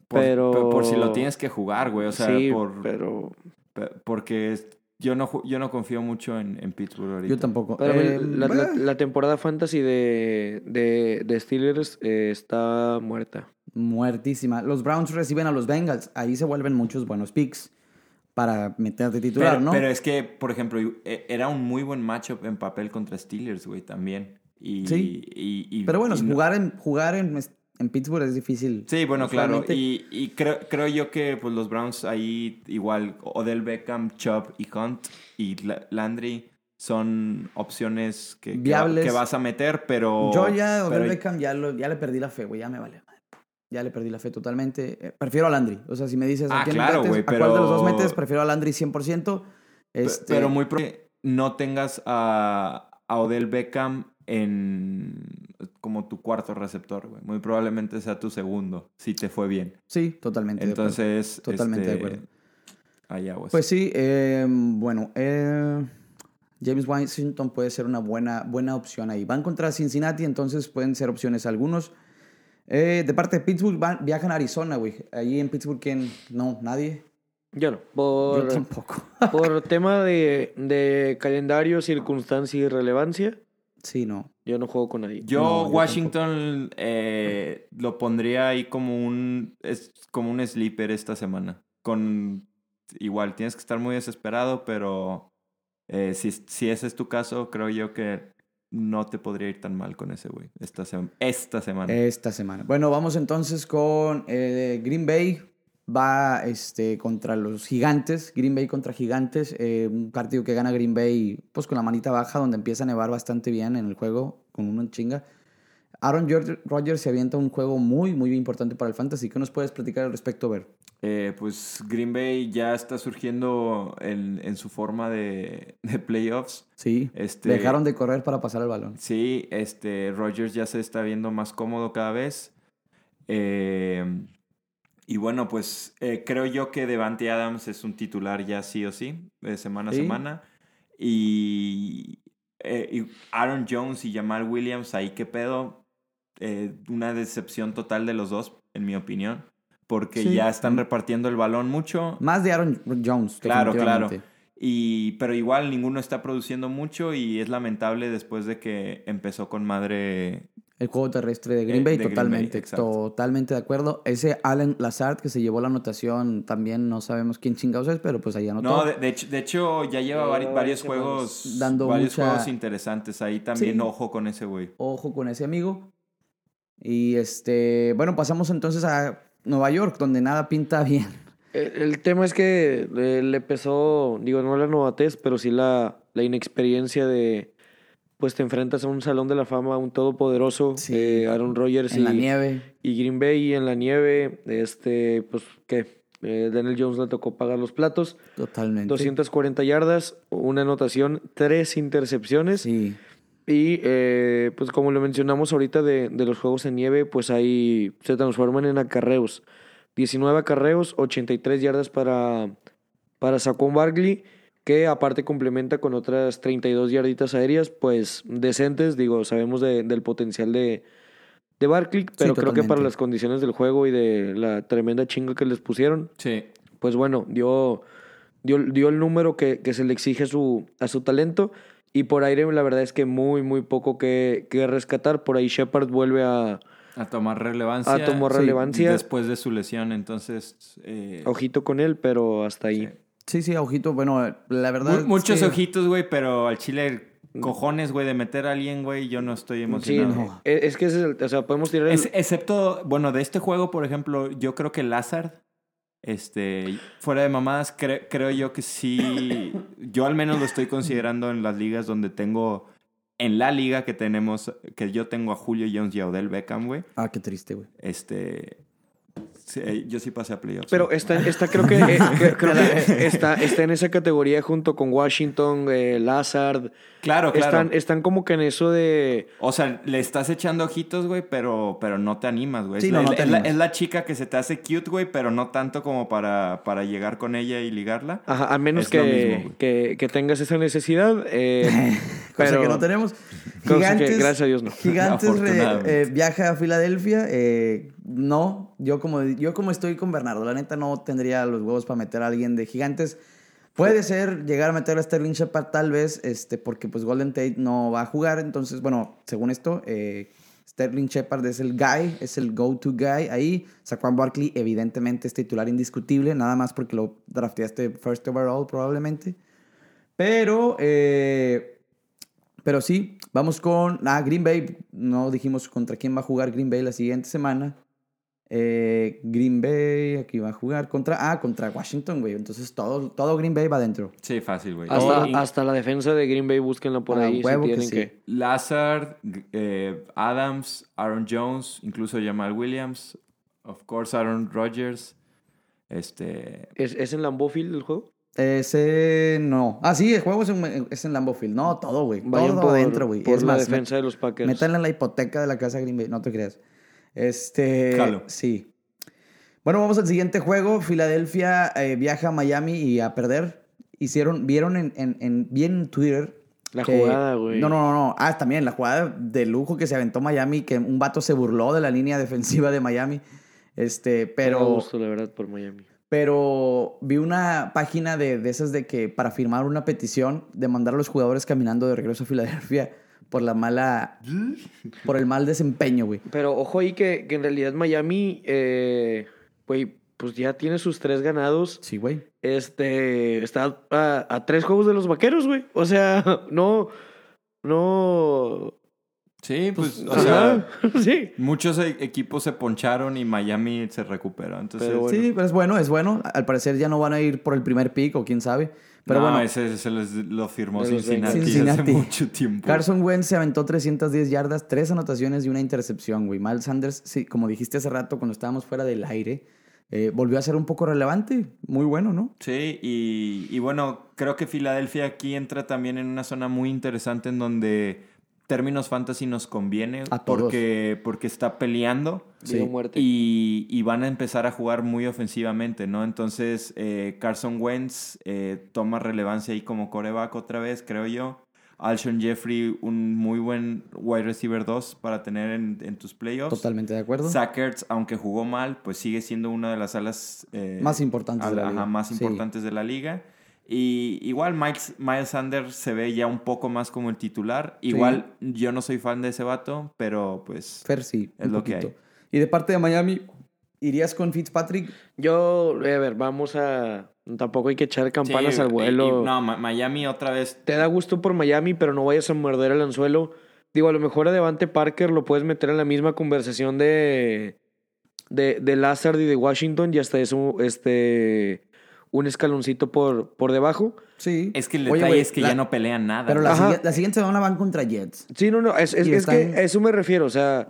[SPEAKER 2] por,
[SPEAKER 3] Pero-
[SPEAKER 2] por, por si lo tienes que jugar, güey. O sea,
[SPEAKER 3] sí,
[SPEAKER 2] por,
[SPEAKER 3] pero
[SPEAKER 2] pe- porque es- yo no ju- yo no confío mucho en, en Pittsburgh ahorita.
[SPEAKER 1] yo tampoco.
[SPEAKER 3] Pero
[SPEAKER 1] Eh,
[SPEAKER 3] la, la-
[SPEAKER 1] bah,
[SPEAKER 3] la temporada fantasy de, de, de Steelers eh, está muerta.
[SPEAKER 1] Muertísima. Los Browns reciben a los Bengals. Ahí se vuelven muchos buenos picks para meterte titular,
[SPEAKER 2] Pero,
[SPEAKER 1] ¿no?
[SPEAKER 2] pero es que, por ejemplo, e- era un muy buen matchup en papel contra Steelers, güey, también. Y,
[SPEAKER 1] Sí.
[SPEAKER 2] y- y-
[SPEAKER 1] Pero bueno,
[SPEAKER 2] y no-
[SPEAKER 1] jugar, en, jugar en, en Pittsburgh es difícil.
[SPEAKER 2] Sí, bueno, claro.
[SPEAKER 1] Usualmente-
[SPEAKER 2] Y, y creo, creo yo que pues, los Browns ahí, igual, Odell Beckham, Chubb y Hunt y La- Landry son opciones que, que va-
[SPEAKER 1] Viables.
[SPEAKER 2] Que, vas a meter, pero.
[SPEAKER 1] Yo ya, Odell
[SPEAKER 2] pero-
[SPEAKER 1] Beckham, ya, lo- ya le perdí la fe, güey. Ya me vale. madre. Ya le perdí la fe totalmente. Eh, prefiero a Landry. O sea, si me dices a
[SPEAKER 2] Ah,
[SPEAKER 1] quién
[SPEAKER 2] claro,
[SPEAKER 1] metes,
[SPEAKER 2] güey,
[SPEAKER 1] a cuál de los dos
[SPEAKER 2] pero-
[SPEAKER 1] metes, prefiero a Landry 100%.
[SPEAKER 2] pe-
[SPEAKER 1] Este,
[SPEAKER 2] Pero muy probable que no tengas a, a Odell Beckham en como tu cuarto receptor, güey. Muy probablemente sea tu segundo, si te fue bien.
[SPEAKER 1] Sí, totalmente. de acuerdo.
[SPEAKER 2] Entonces.
[SPEAKER 1] Totalmente de
[SPEAKER 2] este,
[SPEAKER 1] acuerdo.
[SPEAKER 2] ahí aguas.
[SPEAKER 1] Pues sí, eh, bueno, eh, James Washington puede ser una buena, buena opción ahí. Van contra Cincinnati, entonces pueden ser opciones algunos. Eh, de parte de Pittsburgh, van- viajan a Arizona, güey. Allí en Pittsburgh, ¿quién? No, nadie.
[SPEAKER 3] Yo no.
[SPEAKER 1] Yo
[SPEAKER 3] Por,
[SPEAKER 1] tampoco. [LAUGHS]
[SPEAKER 3] por tema de, de calendario, circunstancia y relevancia,
[SPEAKER 1] sí, no.
[SPEAKER 3] yo no juego con nadie.
[SPEAKER 2] Yo,
[SPEAKER 1] No, yo
[SPEAKER 2] Washington eh, lo pondría ahí como un es como un sleeper esta semana. Con igual tienes que estar muy desesperado, pero eh, si, si ese es tu caso, creo yo que no te podría ir tan mal con ese güey esta, sem- esta semana.
[SPEAKER 1] Esta semana. Bueno, vamos entonces con eh, Green Bay. Va este, contra los gigantes. Green Bay contra gigantes. eh, un partido que gana Green Bay pues con la manita baja, donde empieza a nevar bastante bien en el juego, con una chinga. Aaron George- Rodgers se avienta un juego muy, muy importante para el fantasy. ¿Qué nos puedes platicar al respecto, Ver?
[SPEAKER 2] Eh, pues Green Bay ya está surgiendo en, en su forma de, de playoffs.
[SPEAKER 1] Sí.
[SPEAKER 2] Este-
[SPEAKER 1] Dejaron de correr para pasar el balón.
[SPEAKER 2] Sí, este, Rogers ya se está viendo más cómodo cada vez. Eh, y bueno, pues eh, creo yo que Devante Adams es un titular ya sí o sí, de semana a
[SPEAKER 1] Sí.
[SPEAKER 2] semana. Y, eh, y Aaron Jones y Jamal Williams, ahí qué pedo. Eh, una decepción total de los dos, en mi opinión. Porque
[SPEAKER 1] Sí.
[SPEAKER 2] ya están repartiendo el balón mucho.
[SPEAKER 1] Más de Aaron Jones.
[SPEAKER 2] Claro, claro.
[SPEAKER 1] definitivamente.
[SPEAKER 2] Y, pero igual ninguno está produciendo mucho y es lamentable después de que empezó con madre
[SPEAKER 1] El juego terrestre de
[SPEAKER 2] Eh,
[SPEAKER 1] Green Bay,
[SPEAKER 2] de Green Bay,
[SPEAKER 1] totalmente,
[SPEAKER 2] exacto.
[SPEAKER 1] totalmente de acuerdo. Ese Allen Lazard que se llevó la anotación, también no sabemos quién chingados es, pero pues ahí anotó.
[SPEAKER 2] No, de, de hecho, de hecho ya lleva vari-
[SPEAKER 3] varias
[SPEAKER 2] varios
[SPEAKER 3] semanas.
[SPEAKER 2] juegos,
[SPEAKER 1] Dando
[SPEAKER 2] varios
[SPEAKER 1] mucha-
[SPEAKER 2] juegos interesantes. Ahí también
[SPEAKER 1] Sí.
[SPEAKER 2] ojo con ese güey.
[SPEAKER 1] Ojo con ese amigo. Y este, bueno, pasamos entonces a Nueva York, donde nada pinta [LAUGHS] bien.
[SPEAKER 3] El, Eh, el tema es que eh, le pesó, digo, no la novatez, pero sí la, la inexperiencia de. Pues te enfrentas a un salón de la fama, a un todopoderoso,
[SPEAKER 1] Sí.
[SPEAKER 3] eh, Aaron Rodgers
[SPEAKER 1] En la
[SPEAKER 3] y-
[SPEAKER 1] nieve.
[SPEAKER 3] y Green Bay en la nieve, este, pues, ¿qué? Eh, Daniel Jones le tocó pagar los platos.
[SPEAKER 1] Totalmente.
[SPEAKER 3] 240 yardas, una anotación, tres intercepciones.
[SPEAKER 1] Sí.
[SPEAKER 3] Y eh, pues como lo mencionamos ahorita de, de los juegos en nieve, pues ahí se transforman en acarreos. 19 acarreos, 83 yardas para, para Saquon Barkley, que aparte complementa con otras 32 yarditas aéreas, pues decentes, digo, sabemos de- del potencial de, de Barkley, pero creo que
[SPEAKER 1] totalmente.
[SPEAKER 3] para las condiciones del juego y de la tremenda chinga que les pusieron,
[SPEAKER 2] Sí.
[SPEAKER 3] pues bueno, dio, dio, dio el número que, que se le exige a su, a su talento. Y por aire, la verdad es que muy, muy poco que, que rescatar. Por ahí Shepard vuelve a.
[SPEAKER 2] A tomar relevancia.
[SPEAKER 3] A tomar
[SPEAKER 2] Sí,
[SPEAKER 3] relevancia.
[SPEAKER 2] Después de su lesión, entonces. eh,
[SPEAKER 3] Ojito con él, pero hasta ahí.
[SPEAKER 2] Sí.
[SPEAKER 1] Sí, sí, a ojito. Bueno, la
[SPEAKER 2] mu-
[SPEAKER 1] verdad. es
[SPEAKER 2] muchos
[SPEAKER 1] que-
[SPEAKER 2] ojitos, güey, pero al chile, cojones, güey, de meter a alguien, güey, yo no estoy
[SPEAKER 3] Sí,
[SPEAKER 2] emocionado.
[SPEAKER 1] no.
[SPEAKER 3] e- es que ese es el- O sea, podemos tirar. el-
[SPEAKER 2] Es- excepto, bueno, de este juego, por ejemplo, yo creo que Lazard, este, fuera de mamadas, cre- creo yo que sí, yo al menos lo estoy considerando en las ligas donde tengo, en la liga que tenemos, que yo tengo a Julio Jones y a Odell Beckham, güey,
[SPEAKER 1] Ah, qué triste, güey.
[SPEAKER 2] este, sí, eh, yo sí pasé a playoffs.
[SPEAKER 3] Pero
[SPEAKER 2] güey.
[SPEAKER 3] está, está creo que, eh, que- creo que está, está en esa categoría junto con Washington, eh, Lazard.
[SPEAKER 2] claro, claro.
[SPEAKER 1] eh,
[SPEAKER 3] Están, están como que en eso de.
[SPEAKER 2] O sea, le estás echando ojitos, güey, pero, pero no te animas, güey.
[SPEAKER 1] Sí,
[SPEAKER 2] es,
[SPEAKER 1] no,
[SPEAKER 2] la,
[SPEAKER 1] no te
[SPEAKER 2] es la-
[SPEAKER 1] animas.
[SPEAKER 2] es la chica que se te hace cute, güey, pero no tanto como para, para llegar con ella y ligarla.
[SPEAKER 1] Ah.
[SPEAKER 3] Ajá, a menos
[SPEAKER 2] Es lo
[SPEAKER 3] que,
[SPEAKER 2] mismo, güey.
[SPEAKER 3] que, que tengas esa necesidad. eh,
[SPEAKER 1] [LAUGHS]
[SPEAKER 2] [LAUGHS]
[SPEAKER 1] Cosa
[SPEAKER 3] pero-
[SPEAKER 1] que no tenemos.
[SPEAKER 3] [LAUGHS] Cosa que, gracias a Dios, no.
[SPEAKER 1] Gigantes re-
[SPEAKER 2] Afortunadamente.
[SPEAKER 1] eh, viaja a Filadelfia. eh, no, yo como, yo como estoy con Bernardo, la neta no tendría los huevos para meter a alguien de Gigantes. Puede ser llegar a meter a Sterling Shepard tal vez, este, porque pues Golden Tate no va a jugar. Entonces, bueno, según esto, eh, Sterling Shepard es el guy, es el go-to guy ahí. Saquon Barkley evidentemente es titular indiscutible, nada más porque lo drafteaste first overall probablemente. Pero, eh, pero sí, vamos con. Ah, Green Bay. No dijimos contra quién va a jugar Green Bay la siguiente semana. Eh, Green Bay, aquí va a jugar contra. Ah, contra Washington, güey. Entonces todo, todo Green Bay va adentro.
[SPEAKER 2] Sí, fácil, güey.
[SPEAKER 3] Hasta,
[SPEAKER 2] Y-
[SPEAKER 3] hasta la defensa de Green Bay, búsquenla por
[SPEAKER 1] Ah,
[SPEAKER 3] ahí. si
[SPEAKER 1] huevo que
[SPEAKER 3] tienen
[SPEAKER 1] sí.
[SPEAKER 3] que-
[SPEAKER 2] Lazard, g- eh, Adams, Aaron Jones, incluso Jamal Williams, of course Aaron Rodgers, este,
[SPEAKER 3] ¿Es, es en Lambeau Field el juego?
[SPEAKER 1] Ese no. Ah, sí, el juego es en, es en Lambeau Field. No, todo, güey.
[SPEAKER 3] Vayan
[SPEAKER 1] Todo
[SPEAKER 3] por,
[SPEAKER 1] adentro, güey.
[SPEAKER 3] por
[SPEAKER 1] Es
[SPEAKER 3] la
[SPEAKER 1] más,
[SPEAKER 3] defensa de los Packers.
[SPEAKER 1] Métanle en la hipoteca de la casa de Green Bay, no te creas. Este.
[SPEAKER 2] Jalo.
[SPEAKER 1] Sí. Bueno, vamos al siguiente juego. Filadelfia eh, viaja a Miami y a perder. Hicieron, vieron en, en- en- bien en Twitter.
[SPEAKER 3] La
[SPEAKER 1] que-
[SPEAKER 3] jugada, güey.
[SPEAKER 1] No, no, no, no. Ah, también la jugada de lujo que se aventó Miami, que un vato se burló de la línea defensiva de Miami. Este,
[SPEAKER 3] Me da
[SPEAKER 1] pero.
[SPEAKER 3] gusto, la verdad, por Miami.
[SPEAKER 1] Pero vi una página de, de esas de que para firmar una petición de mandar a los jugadores caminando de regreso a Filadelfia [LAUGHS] por la mala. por el mal desempeño, güey.
[SPEAKER 3] Pero ojo ahí que, que en realidad Miami, eh, güey, pues ya tiene sus tres ganados.
[SPEAKER 1] Sí, güey.
[SPEAKER 3] Este, está a, a tres juegos de los vaqueros, güey. O sea, [LAUGHS] no, no...
[SPEAKER 2] sí, pues, o sea,
[SPEAKER 3] Ajá, [LAUGHS] sí.
[SPEAKER 2] muchos e- equipos se poncharon y Miami se recuperó, entonces,
[SPEAKER 3] Pero bueno.
[SPEAKER 1] Sí, pero es bueno, es bueno. Al parecer ya no van a ir por el primer pick o quién sabe. Pero
[SPEAKER 2] no,
[SPEAKER 1] bueno,
[SPEAKER 2] ese se les- lo firmó
[SPEAKER 3] De los
[SPEAKER 2] Cincinnati, hace
[SPEAKER 1] Cincinnati.
[SPEAKER 2] mucho tiempo.
[SPEAKER 1] Carson Wentz se aventó 310 yardas, tres anotaciones y una intercepción, güey. Miles Sanders, sí, como dijiste hace rato cuando estábamos fuera del aire, eh, volvió a ser un poco relevante. Muy bueno, ¿no?
[SPEAKER 2] Sí, y, y bueno, creo que Filadelfia aquí entra también en una zona muy interesante en donde términos fantasy nos conviene
[SPEAKER 1] A todos.
[SPEAKER 2] porque, porque está peleando
[SPEAKER 1] Sí.
[SPEAKER 3] Digo muerte.
[SPEAKER 2] y, y van a empezar a jugar muy ofensivamente, ¿no? Entonces eh, Carson Wentz eh, toma relevancia ahí como coreback otra vez, creo yo. Alshon Jeffrey, un muy buen wide receiver 2 para tener en, en tus playoffs.
[SPEAKER 1] Totalmente de acuerdo.
[SPEAKER 2] Sackerts, aunque jugó mal, pues sigue siendo una de las alas eh,
[SPEAKER 1] Más importantes de la
[SPEAKER 2] ajá,
[SPEAKER 1] liga.
[SPEAKER 2] más
[SPEAKER 1] Sí.
[SPEAKER 2] importantes de la liga. Y igual Miles, Miles Sanders se ve ya un poco más como el titular. Igual yo no soy fan de ese vato, pero pues
[SPEAKER 1] Fer, sí,
[SPEAKER 2] Es
[SPEAKER 1] un
[SPEAKER 2] lo que
[SPEAKER 1] poquito.
[SPEAKER 2] hay.
[SPEAKER 1] Y de parte de Miami, ¿irías con Fitzpatrick?
[SPEAKER 3] Yo, eh, a ver, vamos a... Tampoco hay que echar campanas
[SPEAKER 2] Sí,
[SPEAKER 3] al
[SPEAKER 2] y-
[SPEAKER 3] vuelo.
[SPEAKER 2] y- no, Ma- Miami otra vez.
[SPEAKER 3] te da gusto por Miami, pero no vayas a morder el anzuelo. Digo, a lo mejor a Devante Parker lo puedes meter en la misma conversación de, de, de Lazard y de Washington y hasta eso, este, un escaloncito por, por debajo.
[SPEAKER 1] Sí.
[SPEAKER 2] Es que el
[SPEAKER 1] Oye,
[SPEAKER 2] detalle
[SPEAKER 1] güey,
[SPEAKER 2] es que
[SPEAKER 1] la-
[SPEAKER 2] ya no pelean nada.
[SPEAKER 1] Pero la,
[SPEAKER 3] Ajá.
[SPEAKER 1] siguiente- la siguiente semana van contra Jets.
[SPEAKER 3] Sí, no, no, es, es-
[SPEAKER 1] Y
[SPEAKER 3] es que
[SPEAKER 1] están-
[SPEAKER 3] a eso me refiero, o sea,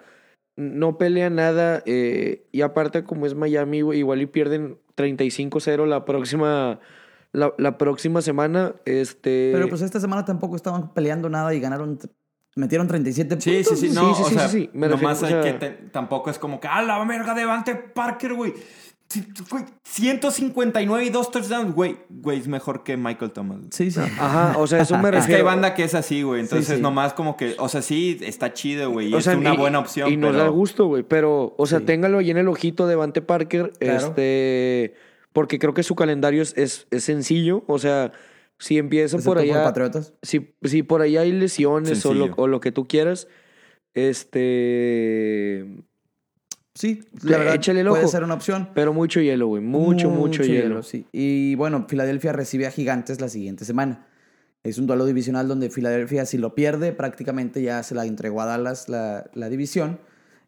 [SPEAKER 3] no pelea nada eh, y aparte como es Miami, güey, igual y pierden 35-0 la próxima, la, la próxima semana. Este...
[SPEAKER 1] Pero pues esta semana tampoco estaban peleando nada y ganaron. Metieron 37
[SPEAKER 2] Sí, sí,
[SPEAKER 1] puntos.
[SPEAKER 2] sí, no,
[SPEAKER 3] sí,
[SPEAKER 2] o
[SPEAKER 3] sí,
[SPEAKER 2] sea,
[SPEAKER 3] sí, sí, me refiero,
[SPEAKER 2] nomás
[SPEAKER 3] o
[SPEAKER 2] hay
[SPEAKER 3] sea-
[SPEAKER 2] que te- tampoco es como que, ah, la verga, Devante Parker, güey. Sí, güey, 159 y dos touchdowns, güey, güey, es mejor que Michael Thomas. güey.
[SPEAKER 1] Sí, sí.
[SPEAKER 3] Ajá, o sea,
[SPEAKER 1] [LAUGHS]
[SPEAKER 3] eso me refiero.
[SPEAKER 2] Es que hay banda que es así, güey, entonces
[SPEAKER 1] sí.
[SPEAKER 2] nomás como que, o sea, sí, está chido, güey, y
[SPEAKER 3] O
[SPEAKER 2] es
[SPEAKER 3] sea,
[SPEAKER 2] una
[SPEAKER 3] y-
[SPEAKER 2] buena opción,
[SPEAKER 3] Y nos
[SPEAKER 2] pero-
[SPEAKER 3] da gusto, güey. Pero, o sea,
[SPEAKER 1] Sí.
[SPEAKER 3] téngalo ahí en el ojito de Devante Parker.
[SPEAKER 1] Claro.
[SPEAKER 3] Este. Porque creo que su calendario es, es, es sencillo. O sea, si empieza
[SPEAKER 1] Excepto
[SPEAKER 3] por allá.
[SPEAKER 1] por Patriotas.
[SPEAKER 3] si, si por ahí hay lesiones o lo,
[SPEAKER 2] Sencillo.
[SPEAKER 3] o lo que tú quieras, este.
[SPEAKER 1] Sí,
[SPEAKER 3] Le-
[SPEAKER 1] la verdad,
[SPEAKER 3] échale el
[SPEAKER 1] puede
[SPEAKER 3] ojo.
[SPEAKER 1] ser una opción.
[SPEAKER 3] Pero mucho hielo, güey. Mucho, mucho, hielo.
[SPEAKER 1] sí. Y bueno, Filadelfia recibe a Gigantes la siguiente semana. Es un duelo divisional donde Filadelfia, si lo pierde, prácticamente ya se la entregó a Dallas la, la división.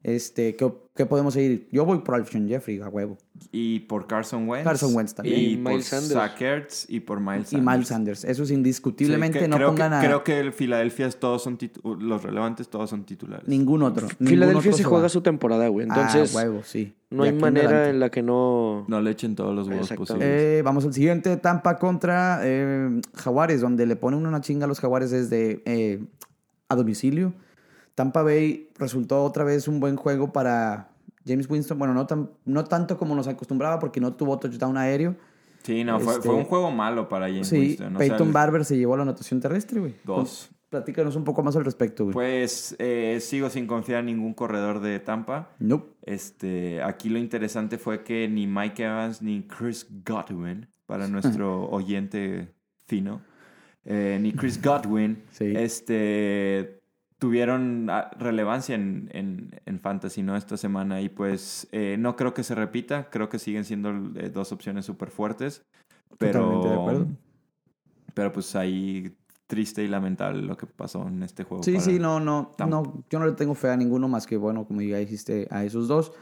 [SPEAKER 1] Este, ¿qué, qué podemos seguir? Yo voy por Alshon Jeffrey, a huevo.
[SPEAKER 2] Y por Carson Wentz.
[SPEAKER 1] Carson Wentz también.
[SPEAKER 2] Y,
[SPEAKER 3] Y
[SPEAKER 2] por
[SPEAKER 3] Miles Sanders.
[SPEAKER 2] Zach Ertz y por Miles
[SPEAKER 1] Y
[SPEAKER 2] Sanders.
[SPEAKER 1] Miles Sanders. Eso es
[SPEAKER 2] Sí,
[SPEAKER 1] indiscutiblemente.
[SPEAKER 2] que-
[SPEAKER 1] no
[SPEAKER 2] creo
[SPEAKER 1] pongan
[SPEAKER 2] que,
[SPEAKER 1] a
[SPEAKER 2] Creo que el Filadelfia es- todos son titu- los relevantes, todos son titulares.
[SPEAKER 1] ningún otro. Ningún
[SPEAKER 3] Filadelfia
[SPEAKER 1] otro
[SPEAKER 3] sí
[SPEAKER 1] se
[SPEAKER 3] juega
[SPEAKER 1] va.
[SPEAKER 3] su temporada, güey.
[SPEAKER 1] Ah,
[SPEAKER 3] Entonces,
[SPEAKER 1] huevo, sí.
[SPEAKER 3] no
[SPEAKER 1] De aquí
[SPEAKER 3] hay
[SPEAKER 1] en
[SPEAKER 3] manera
[SPEAKER 1] adelante.
[SPEAKER 3] en la que no.
[SPEAKER 2] No le echen todos los huevos
[SPEAKER 3] Exactamente.
[SPEAKER 2] posibles.
[SPEAKER 1] Eh, vamos al siguiente, Tampa contra eh, Jaguares, donde le ponen una chinga a los Jaguares desde eh, a domicilio. Tampa Bay resultó otra vez un buen juego para James Winston. Bueno, no, tan, no tanto como nos acostumbraba porque no tuvo touchdown aéreo.
[SPEAKER 2] sí, no, fue,
[SPEAKER 1] este-
[SPEAKER 2] fue un juego malo para James
[SPEAKER 1] sí,
[SPEAKER 2] Winston. o sea,
[SPEAKER 1] Peyton
[SPEAKER 2] el-
[SPEAKER 1] Barber se llevó la anotación terrestre, güey.
[SPEAKER 2] Dos.
[SPEAKER 1] Platícanos un poco más al respecto, güey.
[SPEAKER 2] Pues eh, sigo sin confiar en ningún corredor de Tampa.
[SPEAKER 1] no.
[SPEAKER 2] Este, aquí lo interesante fue que ni Mike Evans ni Chris Godwin,
[SPEAKER 1] [LAUGHS]
[SPEAKER 2] para nuestro oyente fino, eh, ni Chris
[SPEAKER 1] [LAUGHS]
[SPEAKER 2] Godwin,
[SPEAKER 1] Sí.
[SPEAKER 2] este, tuvieron ah, relevancia en, en- en Fantasy ¿no? esta semana. Y pues eh, no creo que se repita, creo que siguen siendo eh, dos opciones súper fuertes. Pero,
[SPEAKER 1] Totalmente de acuerdo.
[SPEAKER 2] Pero pues ahí triste y lamentable lo que pasó en este juego.
[SPEAKER 1] Sí,
[SPEAKER 2] para-
[SPEAKER 1] sí, no, no,
[SPEAKER 2] Tampa.
[SPEAKER 1] no. Yo no le tengo fe a ninguno más que, bueno, como ya dijiste, a esos dos.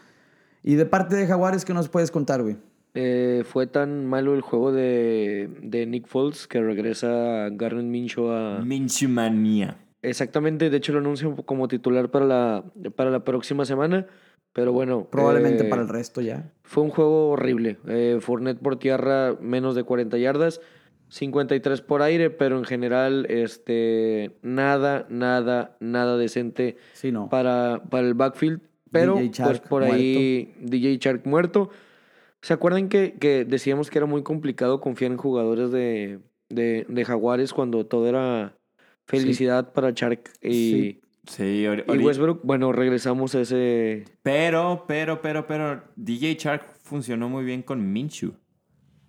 [SPEAKER 1] Y de parte de Jaguares, ¿qué nos puedes contar, güey?
[SPEAKER 3] Eh, fue tan malo el juego de, de Nick Foles que regresa Garnet Mincho a.
[SPEAKER 1] Mm.
[SPEAKER 2] Minchumanía.
[SPEAKER 3] Exactamente, de hecho lo anuncian como titular para la, para la próxima semana. Pero bueno.
[SPEAKER 1] Probablemente
[SPEAKER 3] eh,
[SPEAKER 1] para el resto ya.
[SPEAKER 3] Fue un juego horrible. Eh, Fournette por tierra, menos de 40 yardas. 53 por aire, pero en general, este, nada, nada, nada decente
[SPEAKER 1] Sí, no.
[SPEAKER 3] para, para el backfield. Pero
[SPEAKER 1] DJ
[SPEAKER 3] pues
[SPEAKER 1] Chark
[SPEAKER 3] por ahí DJ Shark muerto. ¿Se acuerdan que, que decíamos que era muy complicado confiar en jugadores de, de, de Jaguares cuando todo era felicidad para Shark y,
[SPEAKER 1] Sí.
[SPEAKER 2] Sí,
[SPEAKER 1] pues
[SPEAKER 2] ahori-
[SPEAKER 3] y
[SPEAKER 2] ahorita-
[SPEAKER 3] Westbrook? Bueno, regresamos a ese...
[SPEAKER 2] Pero, pero, pero, pero, DJ Shark funcionó muy bien con Minshu.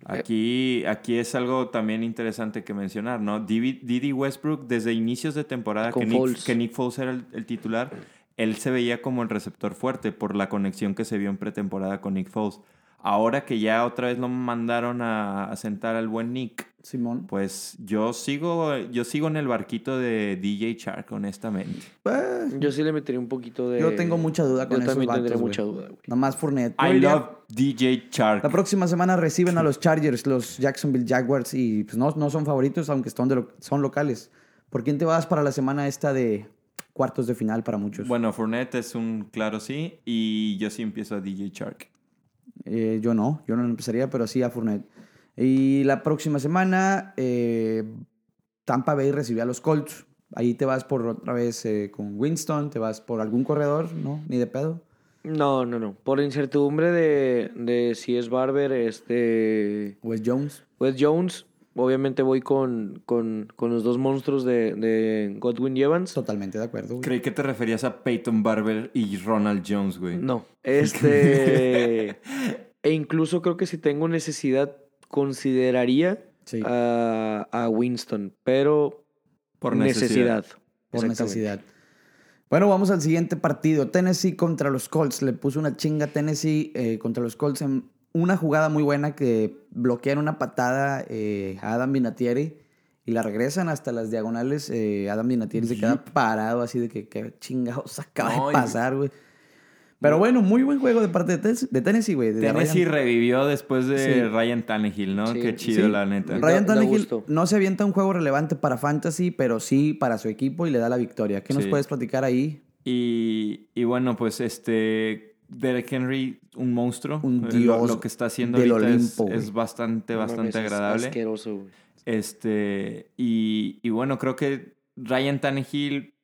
[SPEAKER 2] Aquí, aquí es algo también interesante que mencionar, ¿no? Divi- Didi Westbrook, desde inicios de temporada,
[SPEAKER 3] Con
[SPEAKER 2] que
[SPEAKER 3] Foles.
[SPEAKER 2] Nick, que Nick Foles era el, el titular, él se veía como el receptor fuerte por la conexión que se vio en pretemporada con Nick Foles. Ahora que ya otra vez lo mandaron a, a sentar al buen Nick,
[SPEAKER 1] Simón.
[SPEAKER 2] pues yo sigo, yo sigo en el barquito de DJ Shark, honestamente.
[SPEAKER 1] Eh,
[SPEAKER 3] Yo sí le metería un poquito de...
[SPEAKER 1] yo tengo mucha duda con
[SPEAKER 3] Yo
[SPEAKER 1] esos
[SPEAKER 3] también tendría
[SPEAKER 1] vatos, güey.
[SPEAKER 3] mucha duda, güey.
[SPEAKER 1] Nada más Fournette. Yo
[SPEAKER 2] I
[SPEAKER 1] diría,
[SPEAKER 2] love DJ Shark.
[SPEAKER 1] La próxima semana reciben
[SPEAKER 3] [LAUGHS]
[SPEAKER 1] a los Chargers, los Jacksonville Jaguars, y pues no, no son favoritos, aunque son, de lo- son locales. ¿Por quién te vas para la semana esta de cuartos de final para muchos?
[SPEAKER 2] Bueno, Fournette es un claro sí y yo sí empiezo a DJ Shark.
[SPEAKER 1] Eh, yo no, yo no empezaría, pero sí a Fournette. Y la próxima semana, eh, Tampa Bay recibe a los Colts. Ahí te vas por otra vez eh, con Winston, te vas por algún corredor, ¿no? Ni de pedo.
[SPEAKER 3] No, no, no. Por incertidumbre de, de si es Barber, este...
[SPEAKER 1] Wes Jones.
[SPEAKER 3] Wes Jones, obviamente voy con, con, con los dos monstruos de, de Godwin y Evans.
[SPEAKER 1] Totalmente de acuerdo, güey.
[SPEAKER 2] Creí que te referías a Peyton Barber y Ronald Jones,
[SPEAKER 1] [LAUGHS]
[SPEAKER 2] güey.
[SPEAKER 3] No, este... e incluso creo que si tengo necesidad, consideraría
[SPEAKER 1] Sí.
[SPEAKER 3] a, a Winston, pero
[SPEAKER 2] Por necesidad.
[SPEAKER 1] Por
[SPEAKER 3] Exactamente.
[SPEAKER 1] necesidad. Bueno, vamos al siguiente partido. Tennessee contra los Colts. Le puso una chinga a Tennessee eh, contra los Colts en una jugada muy buena que bloquean una patada eh, a Adam Vinatieri y la regresan hasta las diagonales. Eh, Adam Vinatieri se queda parado así de que qué chingados acaba
[SPEAKER 2] No,
[SPEAKER 1] de
[SPEAKER 2] y-
[SPEAKER 1] pasar, güey. Pero bueno, muy buen juego de parte de, Tens- de Tennessee, güey. de
[SPEAKER 2] Tennessee
[SPEAKER 1] Ryan-
[SPEAKER 2] revivió después de
[SPEAKER 1] Sí.
[SPEAKER 2] Ryan Tannehill, ¿no?
[SPEAKER 3] Sí.
[SPEAKER 2] Qué chido,
[SPEAKER 1] Sí.
[SPEAKER 2] la neta.
[SPEAKER 3] Ra-
[SPEAKER 1] Ryan
[SPEAKER 3] Da- da
[SPEAKER 1] Tannehill
[SPEAKER 3] gusto.
[SPEAKER 1] no se avienta un juego relevante para Fantasy, pero sí para su equipo y le da la victoria. ¿Qué nos
[SPEAKER 2] Sí.
[SPEAKER 1] puedes platicar ahí?
[SPEAKER 2] Y, y bueno, pues este. Derek Henry, un monstruo.
[SPEAKER 1] Un
[SPEAKER 2] Eh, Lo,
[SPEAKER 1] dios
[SPEAKER 2] lo que está haciendo
[SPEAKER 1] del
[SPEAKER 2] ahorita es-
[SPEAKER 1] Olimpo, güey.
[SPEAKER 2] es, bastante,
[SPEAKER 3] No
[SPEAKER 2] bastante
[SPEAKER 3] mames, es
[SPEAKER 2] agradable.
[SPEAKER 3] asqueroso, güey.
[SPEAKER 2] Este, y, y bueno, creo que Ryan Tannehill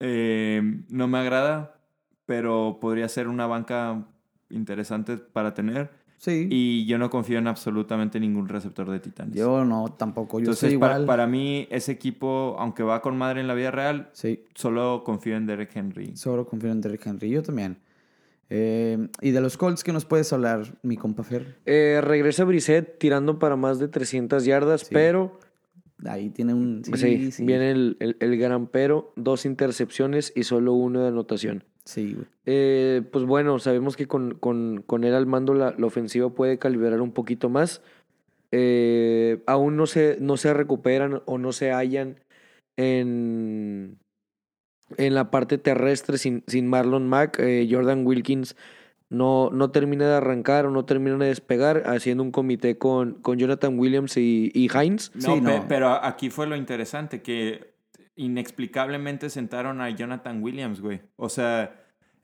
[SPEAKER 2] eh, no me agrada, pero podría ser una banca interesante para tener.
[SPEAKER 1] Sí.
[SPEAKER 2] Y yo no confío en absolutamente ningún receptor de Titanes.
[SPEAKER 1] Yo no, tampoco. Yo
[SPEAKER 2] Entonces,
[SPEAKER 1] soy
[SPEAKER 2] para,
[SPEAKER 1] igual.
[SPEAKER 2] para mí, ese equipo, aunque va con madre en la vida real,
[SPEAKER 1] Sí,
[SPEAKER 2] solo confío en Derek Henry.
[SPEAKER 1] solo confío en Derrick Henry. Yo también. Eh, y de los Colts, ¿qué nos puedes hablar, mi compa Fer?
[SPEAKER 3] Eh, regresa Brissett tirando para más de 300 yardas,
[SPEAKER 1] Sí.
[SPEAKER 3] pero
[SPEAKER 1] Ahí tiene un... Sí,
[SPEAKER 3] pues sí, viene el, el- el gran pero, dos intercepciones y solo uno de anotación.
[SPEAKER 1] Sí, güey.
[SPEAKER 3] Eh, pues bueno, sabemos que con, con- con él al mando la, la ofensiva puede calibrar un poquito más. Eh, aún no se, no se recuperan o no se hallan en, en la parte terrestre sin, sin Marlon Mack. Eh, Jordan Wilkins no, no termina de arrancar o no termina de despegar, haciendo un comité con, con Jonathan Williams y, y Hines.
[SPEAKER 2] No,
[SPEAKER 1] Sí,
[SPEAKER 2] pe-
[SPEAKER 1] no.
[SPEAKER 2] pero aquí fue lo interesante, que inexplicablemente sentaron a Jonathan Williams, güey. O sea,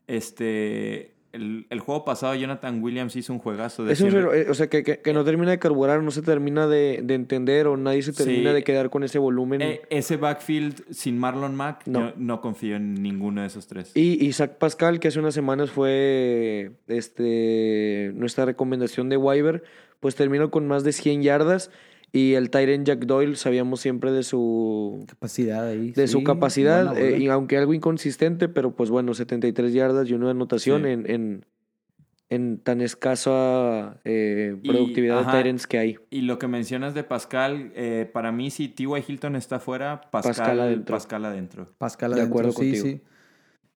[SPEAKER 2] este... El, el juego pasado Jonathan Williams hizo un juegazo de
[SPEAKER 3] Es un
[SPEAKER 2] 100
[SPEAKER 3] cero, eh, o sea, que, que- que no termina de carburar, no se termina de, de entender o nadie se
[SPEAKER 2] Sí.
[SPEAKER 3] termina de quedar con ese volumen.
[SPEAKER 2] Eh, ese backfield sin Marlon Mack,
[SPEAKER 3] No.
[SPEAKER 2] yo no confío en ninguno de esos tres.
[SPEAKER 3] Y Isaac Pascal, que hace unas semanas fue este, nuestra recomendación de Wyver, pues terminó con más de 100 yardas. Y el Tyren Jack Doyle, sabíamos siempre de su,
[SPEAKER 1] Capacidad ahí.
[SPEAKER 3] de su
[SPEAKER 1] sí,
[SPEAKER 3] capacidad,
[SPEAKER 1] buena
[SPEAKER 3] eh,
[SPEAKER 1] bola.
[SPEAKER 3] y aunque algo inconsistente, pero pues bueno, 73 yardas y una anotación
[SPEAKER 2] Sí.
[SPEAKER 3] en, en, en tan escasa eh,
[SPEAKER 2] Y,
[SPEAKER 3] productividad
[SPEAKER 2] ajá.
[SPEAKER 3] de Tyrens que hay.
[SPEAKER 2] Y lo que mencionas de Pascal, eh, para mí si T.Y. Hilton está fuera, Pascal,
[SPEAKER 3] Pascal
[SPEAKER 2] Pascal
[SPEAKER 3] adentro.
[SPEAKER 2] adentro.
[SPEAKER 1] Pascal
[SPEAKER 3] De
[SPEAKER 1] adentro,
[SPEAKER 3] acuerdo
[SPEAKER 1] sí,
[SPEAKER 3] contigo.
[SPEAKER 1] sí.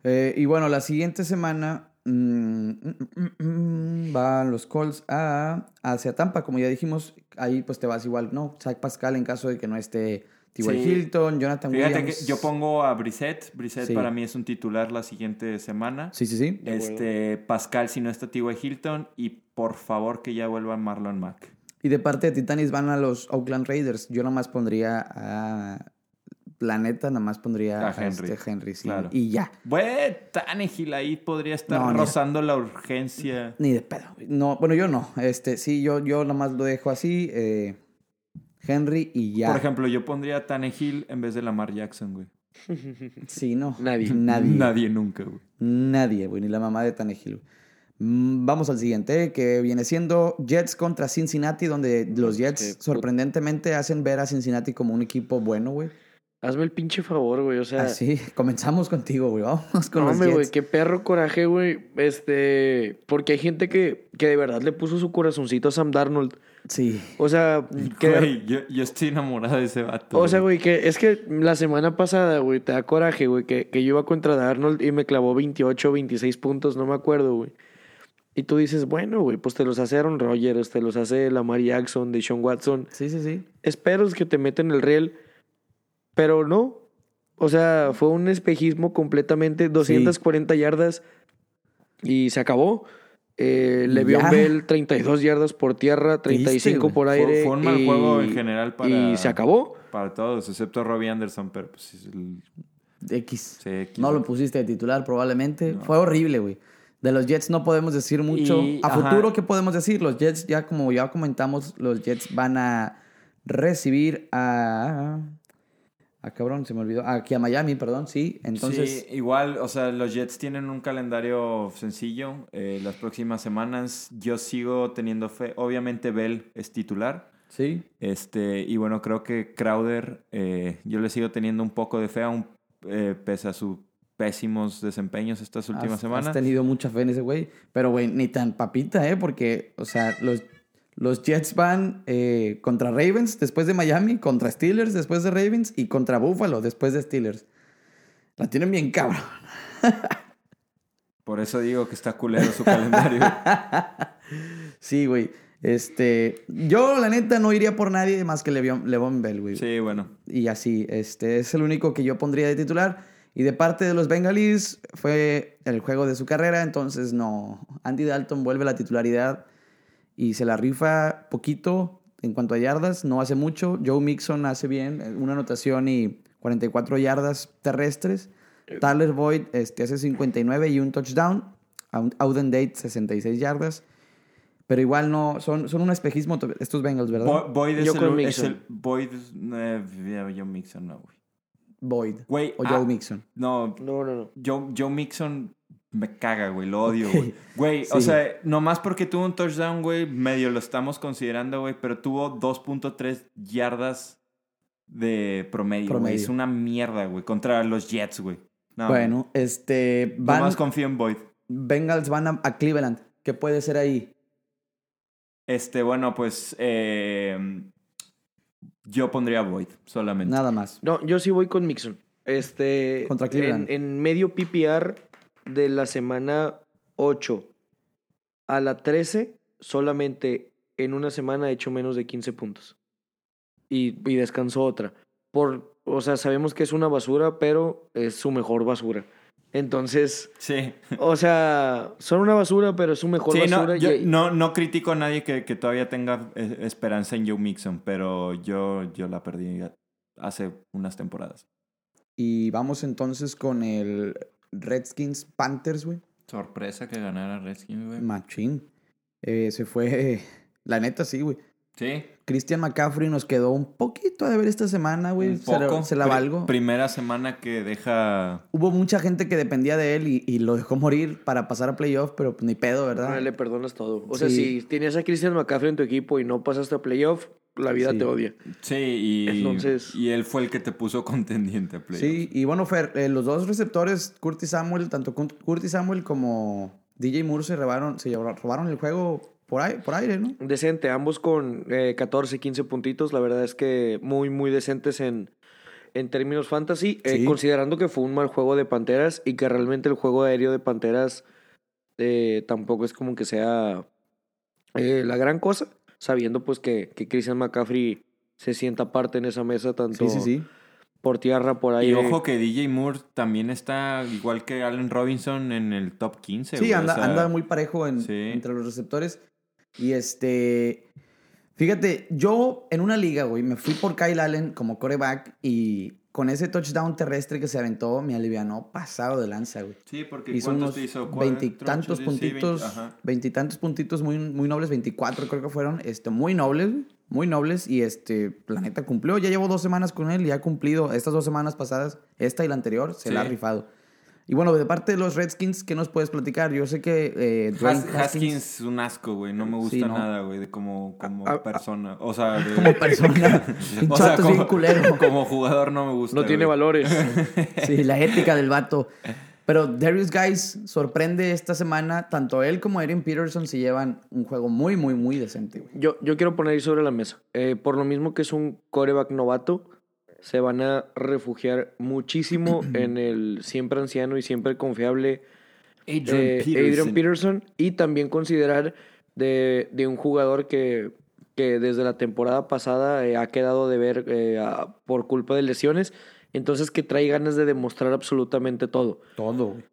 [SPEAKER 1] Eh, y bueno, la siguiente semana mm, mm, mm, mm, van los Colts a, hacia Tampa, como ya dijimos, ahí pues te vas igual, ¿no? Zach Pascal en caso de que no esté T.Y.
[SPEAKER 2] Sí.
[SPEAKER 1] Hilton, Jonathan
[SPEAKER 2] Fíjate que
[SPEAKER 1] Williams.
[SPEAKER 2] yo pongo a Brissett. Brissett
[SPEAKER 1] Sí.
[SPEAKER 2] para mí es un titular la siguiente semana.
[SPEAKER 1] Sí, sí, sí.
[SPEAKER 3] De acuerdo.
[SPEAKER 2] Este, Pascal si no está T.Y. Hilton y por favor que ya vuelva Marlon Mack.
[SPEAKER 1] Y de parte de Titanes van a los Oakland Raiders. Yo nomás pondría a Planeta, nomás pondría
[SPEAKER 2] A
[SPEAKER 1] a,
[SPEAKER 2] Henry.
[SPEAKER 1] este Henry, sí.
[SPEAKER 2] Claro.
[SPEAKER 1] Y ya.
[SPEAKER 2] Güey, Tannehill ahí podría estar
[SPEAKER 1] No, no.
[SPEAKER 2] rozando la urgencia.
[SPEAKER 1] Ni de pedo. güey. No, bueno, yo no. Este, sí, yo, yo nomás lo dejo así. eh, Henry y ya.
[SPEAKER 2] Por ejemplo, yo pondría a Tannehill en vez de Lamar Jackson, güey.
[SPEAKER 1] Sí, no.
[SPEAKER 3] Nadie.
[SPEAKER 1] Nadie. Nadie.
[SPEAKER 2] Nadie nunca, güey.
[SPEAKER 1] güey. Ni la mamá de Tanegil. Mm, Vamos al siguiente, eh, que viene siendo Jets contra Cincinnati, donde los Jets
[SPEAKER 3] Sí, put-
[SPEAKER 1] sorprendentemente hacen ver a Cincinnati como un equipo bueno, güey.
[SPEAKER 3] Hazme el pinche favor, güey. O sea,
[SPEAKER 1] Así, [LAUGHS] comenzamos contigo, güey. Vamos con
[SPEAKER 3] No,
[SPEAKER 1] los
[SPEAKER 3] hombre,
[SPEAKER 1] Jets.
[SPEAKER 3] güey, qué perro coraje, güey. Este, porque hay gente que, que de verdad le puso su corazoncito a Sam Darnold.
[SPEAKER 1] Sí.
[SPEAKER 3] O sea, que,
[SPEAKER 2] Güey, yo, yo estoy enamorado de ese vato.
[SPEAKER 3] o sea, güey, que es que la semana pasada, güey, te da coraje, güey, que, que yo iba contra Darnold y me clavó 28, 26 puntos, no me acuerdo, güey. Y tú dices, bueno, güey, pues te los hace Aaron Rodgers, te los hace Lamar Jackson, Deshaun Watson.
[SPEAKER 1] Sí, sí, sí.
[SPEAKER 3] Esperas que te meten el riel, pero no. O sea, fue un espejismo completamente, 240 yardas y se acabó. Eh, Le'Veon
[SPEAKER 1] Ya.
[SPEAKER 3] Bell, 32 yardas por tierra,
[SPEAKER 1] Triste,
[SPEAKER 3] 35
[SPEAKER 1] güey.
[SPEAKER 3] por
[SPEAKER 2] Fue-
[SPEAKER 3] aire.
[SPEAKER 2] fue un mal
[SPEAKER 3] y-
[SPEAKER 2] juego en general para-
[SPEAKER 3] Y se acabó.
[SPEAKER 2] Para todos, excepto Robbie Anderson, pero pues es el...
[SPEAKER 1] X.
[SPEAKER 2] Sí, X.
[SPEAKER 1] No lo pusiste de titular probablemente. Fue horrible, güey. De los Jets no podemos decir mucho.
[SPEAKER 2] Y,
[SPEAKER 1] a
[SPEAKER 2] ajá.
[SPEAKER 1] futuro, ¿qué podemos decir? Los Jets, ya como ya comentamos, los Jets van a recibir a... A cabrón, se me olvidó. Aquí a Miami, perdón, sí. Entonces,
[SPEAKER 2] Sí, igual, o sea, los Jets tienen un calendario sencillo eh, las próximas semanas. Yo sigo teniendo fe. Obviamente Bell es titular.
[SPEAKER 1] sí.
[SPEAKER 2] Este, y bueno, creo que Crowder, eh, yo le sigo teniendo un poco de fe, aún eh, pese a sus pésimos desempeños estas últimas
[SPEAKER 1] has,
[SPEAKER 2] semanas.
[SPEAKER 1] Has tenido mucha fe en ese güey. Pero, güey, ni tan papita, ¿eh? Porque, o sea, los, los Jets van eh, contra Ravens después de Miami, contra Steelers después de Ravens y contra Buffalo después de Steelers. La tienen bien cabrón.
[SPEAKER 2] Por eso digo que está culero su [LAUGHS] calendario.
[SPEAKER 1] Sí, güey. Este, yo la neta no iría por nadie más que Le'Veon Le'Veon Bell, güey.
[SPEAKER 2] sí, bueno.
[SPEAKER 1] Y así, este es el único que yo pondría de titular. Y de parte de los bengalíes fue el juego de su carrera, entonces no. Andy Dalton vuelve a la titularidad y se la rifa poquito en cuanto a yardas, no hace mucho. Joe Mixon hace bien, eh, una anotación y
[SPEAKER 2] Eh.
[SPEAKER 1] 44 yardas terrestres. Tyler Boyd este, hace 59 y un touchdown. Auden Date, 66 yardas. Pero igual no, son, son un espejismo to- estos Bengals, ¿verdad?
[SPEAKER 2] Bo- Boyd es
[SPEAKER 3] Yo
[SPEAKER 2] el,
[SPEAKER 3] con
[SPEAKER 2] es
[SPEAKER 3] Mixon.
[SPEAKER 2] el- Boyd es- eh, yo Mixon no, güey.
[SPEAKER 1] Boyd
[SPEAKER 2] Güey,
[SPEAKER 1] o
[SPEAKER 2] ah,
[SPEAKER 1] Joe Mixon.
[SPEAKER 2] No,
[SPEAKER 3] No, no, no.
[SPEAKER 2] Joe, Joe Mixon me caga, güey. Lo odio, güey. Güey, o
[SPEAKER 1] Sí.
[SPEAKER 2] sea, nomás porque tuvo un touchdown, güey, medio lo estamos considerando, güey, pero tuvo 2.3 yardas de promedio, güey.
[SPEAKER 1] Promedio.
[SPEAKER 2] Es una mierda, güey, contra los Jets, güey. No,
[SPEAKER 1] bueno, este,
[SPEAKER 2] güey.
[SPEAKER 1] van,
[SPEAKER 2] nomás confío en Boyd.
[SPEAKER 1] Bengals van a, a Cleveland. ¿Qué puede ser ahí?
[SPEAKER 2] Este, bueno, pues eh, yo pondría a Boyd solamente.
[SPEAKER 1] Nada más.
[SPEAKER 3] No, yo sí voy con Mixon. Este.
[SPEAKER 1] Contra Cleveland.
[SPEAKER 3] en, en medio PPR de la semana 8 a la 13, solamente en una semana ha hecho menos de 15 puntos. Y, y descansó otra. Por, o sea, sabemos que es una basura, pero es su mejor basura. Entonces,
[SPEAKER 2] Sí.
[SPEAKER 3] o sea, son una basura, pero es su mejor
[SPEAKER 2] Sí,
[SPEAKER 3] basura.
[SPEAKER 2] no, yo
[SPEAKER 3] y-
[SPEAKER 2] no, no critico a nadie que, que todavía tenga eh, esperanza en Joe Mixon, pero yo, yo la perdí hace unas temporadas.
[SPEAKER 1] Y vamos entonces con el Redskins Panthers, güey.
[SPEAKER 2] Sorpresa que ganara Redskins, güey.
[SPEAKER 1] Machín. Eh, se fue. [LAUGHS] La neta, sí, güey.
[SPEAKER 2] Sí,
[SPEAKER 1] Christian McCaffrey nos quedó un poquito de ver esta semana, güey. Se la, se la valgo.
[SPEAKER 2] primera semana que deja...
[SPEAKER 1] Hubo mucha gente que dependía de él y, y lo dejó morir para pasar a playoff, pero pues, ni pedo, ¿verdad?
[SPEAKER 3] Ah, le perdonas todo. O sea,
[SPEAKER 1] Sí.
[SPEAKER 3] si tenías a Christian McCaffrey en tu equipo y no pasaste a playoff, la vida
[SPEAKER 1] Sí.
[SPEAKER 3] te odia.
[SPEAKER 2] Sí, y,
[SPEAKER 3] Entonces-
[SPEAKER 2] y él fue el que te puso contendiente a playoff.
[SPEAKER 1] Sí, y bueno, Fer, eh, los dos receptores, Curtis Samuel, tanto Cur- Curtis Samuel como DJ Moore se robaron, se llevaron- robaron el juego por, ai- por aire, ¿no?
[SPEAKER 3] Decente, ambos con eh, 14, 15 puntitos. La verdad es que muy, muy decentes en, en términos fantasy. eh,
[SPEAKER 1] Sí.
[SPEAKER 3] considerando que fue un mal juego de Panteras y que realmente el juego aéreo de Panteras eh, tampoco es como que sea eh, la gran cosa. Sabiendo pues que, que Christian McCaffrey se sienta aparte en esa mesa tanto
[SPEAKER 1] Sí, sí, sí.
[SPEAKER 3] por tierra, por ahí.
[SPEAKER 2] Y ojo que DJ Moore también está igual que Allen Robinson en el top 15.
[SPEAKER 1] Sí,
[SPEAKER 2] güey, o
[SPEAKER 1] anda,
[SPEAKER 2] sea,
[SPEAKER 1] anda muy parejo en-
[SPEAKER 2] sí.
[SPEAKER 1] entre los receptores. Y este. Fíjate, yo en una liga, güey, me fui por Kyle Allen como coreback y con ese touchdown terrestre que se aventó, me alivianó pasado de lanza, güey.
[SPEAKER 2] Sí, porque
[SPEAKER 1] Hizo
[SPEAKER 2] ¿cuántos
[SPEAKER 1] unos
[SPEAKER 2] te hizo?
[SPEAKER 1] veintitantos
[SPEAKER 2] Cuatro, sí, veinte,
[SPEAKER 1] puntitos,
[SPEAKER 2] ajá.
[SPEAKER 1] veintitantos puntitos muy, muy nobles, 24 creo que fueron, este, muy nobles, güey, muy nobles y este, planeta cumplió, ya llevo dos semanas con él y ha cumplido estas dos semanas pasadas, esta y la anterior, se la ha
[SPEAKER 2] Sí.
[SPEAKER 1] rifado. Y bueno, de parte de los Redskins, ¿qué nos puedes platicar? Yo sé que eh, Dwayne
[SPEAKER 2] Has- Haskins es un asco, güey. No me gusta
[SPEAKER 1] Sí, ¿no?
[SPEAKER 2] nada, güey, de como, como
[SPEAKER 3] A- a-
[SPEAKER 2] persona. O sea, de-
[SPEAKER 1] como persona,
[SPEAKER 2] [LAUGHS] o
[SPEAKER 1] pinche
[SPEAKER 2] sea,
[SPEAKER 1] vato es bien culero.
[SPEAKER 2] [LAUGHS] como jugador no me gusta.
[SPEAKER 3] no tiene
[SPEAKER 2] güey.
[SPEAKER 3] valores.
[SPEAKER 1] [LAUGHS] Sí, la ética del vato. Pero Darius Guys sorprende esta semana, tanto él como Erin Peterson se llevan un juego muy, muy, muy decente, güey.
[SPEAKER 3] Yo, yo quiero poner ahí sobre la mesa. Eh, por lo mismo que es un coreback novato, se van a refugiar muchísimo en el siempre anciano y siempre confiable
[SPEAKER 2] Adrian
[SPEAKER 3] eh, Adrian Peterson y también considerar de, de un jugador que, que desde la temporada pasada eh, ha quedado de ver eh, a- por culpa de lesiones. Entonces que trae ganas de demostrar absolutamente todo.
[SPEAKER 1] Todo, güey.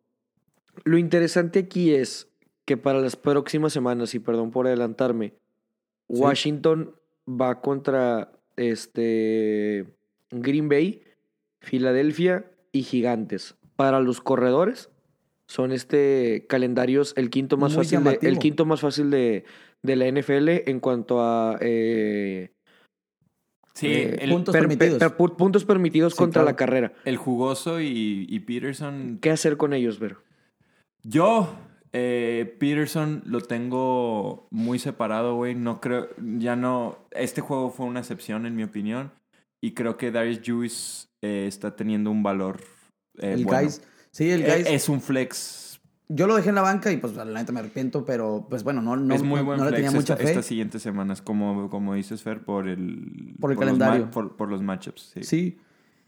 [SPEAKER 3] Lo interesante aquí es que para las próximas semanas, y perdón por adelantarme,
[SPEAKER 1] Sí.
[SPEAKER 3] Washington va contra este Green Bay, Filadelfia y Gigantes. Para los corredores son este calendarios el quinto más
[SPEAKER 1] Muy
[SPEAKER 3] fácil de, el
[SPEAKER 1] llamativo.
[SPEAKER 3] quinto más fácil de, de la NFL en cuanto a eh,
[SPEAKER 2] Sí,
[SPEAKER 3] eh,
[SPEAKER 2] el,
[SPEAKER 1] punto. Puntos
[SPEAKER 3] per-
[SPEAKER 1] permitidos.
[SPEAKER 3] per- pu- puntos permitidos
[SPEAKER 1] Sí,
[SPEAKER 3] contra
[SPEAKER 1] claro.
[SPEAKER 3] la carrera.
[SPEAKER 2] el jugoso y, y Peterson.
[SPEAKER 3] ¿Qué hacer con ellos, Vero?
[SPEAKER 2] Yo, eh, Peterson, lo tengo muy separado, güey. No creo. Ya no. Este juego fue una excepción, en mi opinión. Y creo que Darius Lewis eh, está teniendo un valor. eh,
[SPEAKER 1] El
[SPEAKER 2] bueno.
[SPEAKER 1] Guys. Sí, el
[SPEAKER 2] Eh,
[SPEAKER 1] Guys.
[SPEAKER 2] Es un flex.
[SPEAKER 1] Yo lo dejé en la banca y pues la neta me arrepiento, pero pues bueno, no, no,
[SPEAKER 2] es muy
[SPEAKER 1] no-
[SPEAKER 2] buen
[SPEAKER 1] no le
[SPEAKER 2] flex
[SPEAKER 1] tenía mucha
[SPEAKER 2] esta-
[SPEAKER 1] fe.
[SPEAKER 2] estas siguientes semanas, como, como dices, Fer, por el...
[SPEAKER 1] Por el
[SPEAKER 2] los ma-
[SPEAKER 1] calendario.
[SPEAKER 2] por, por los matchups, sí.
[SPEAKER 1] Sí.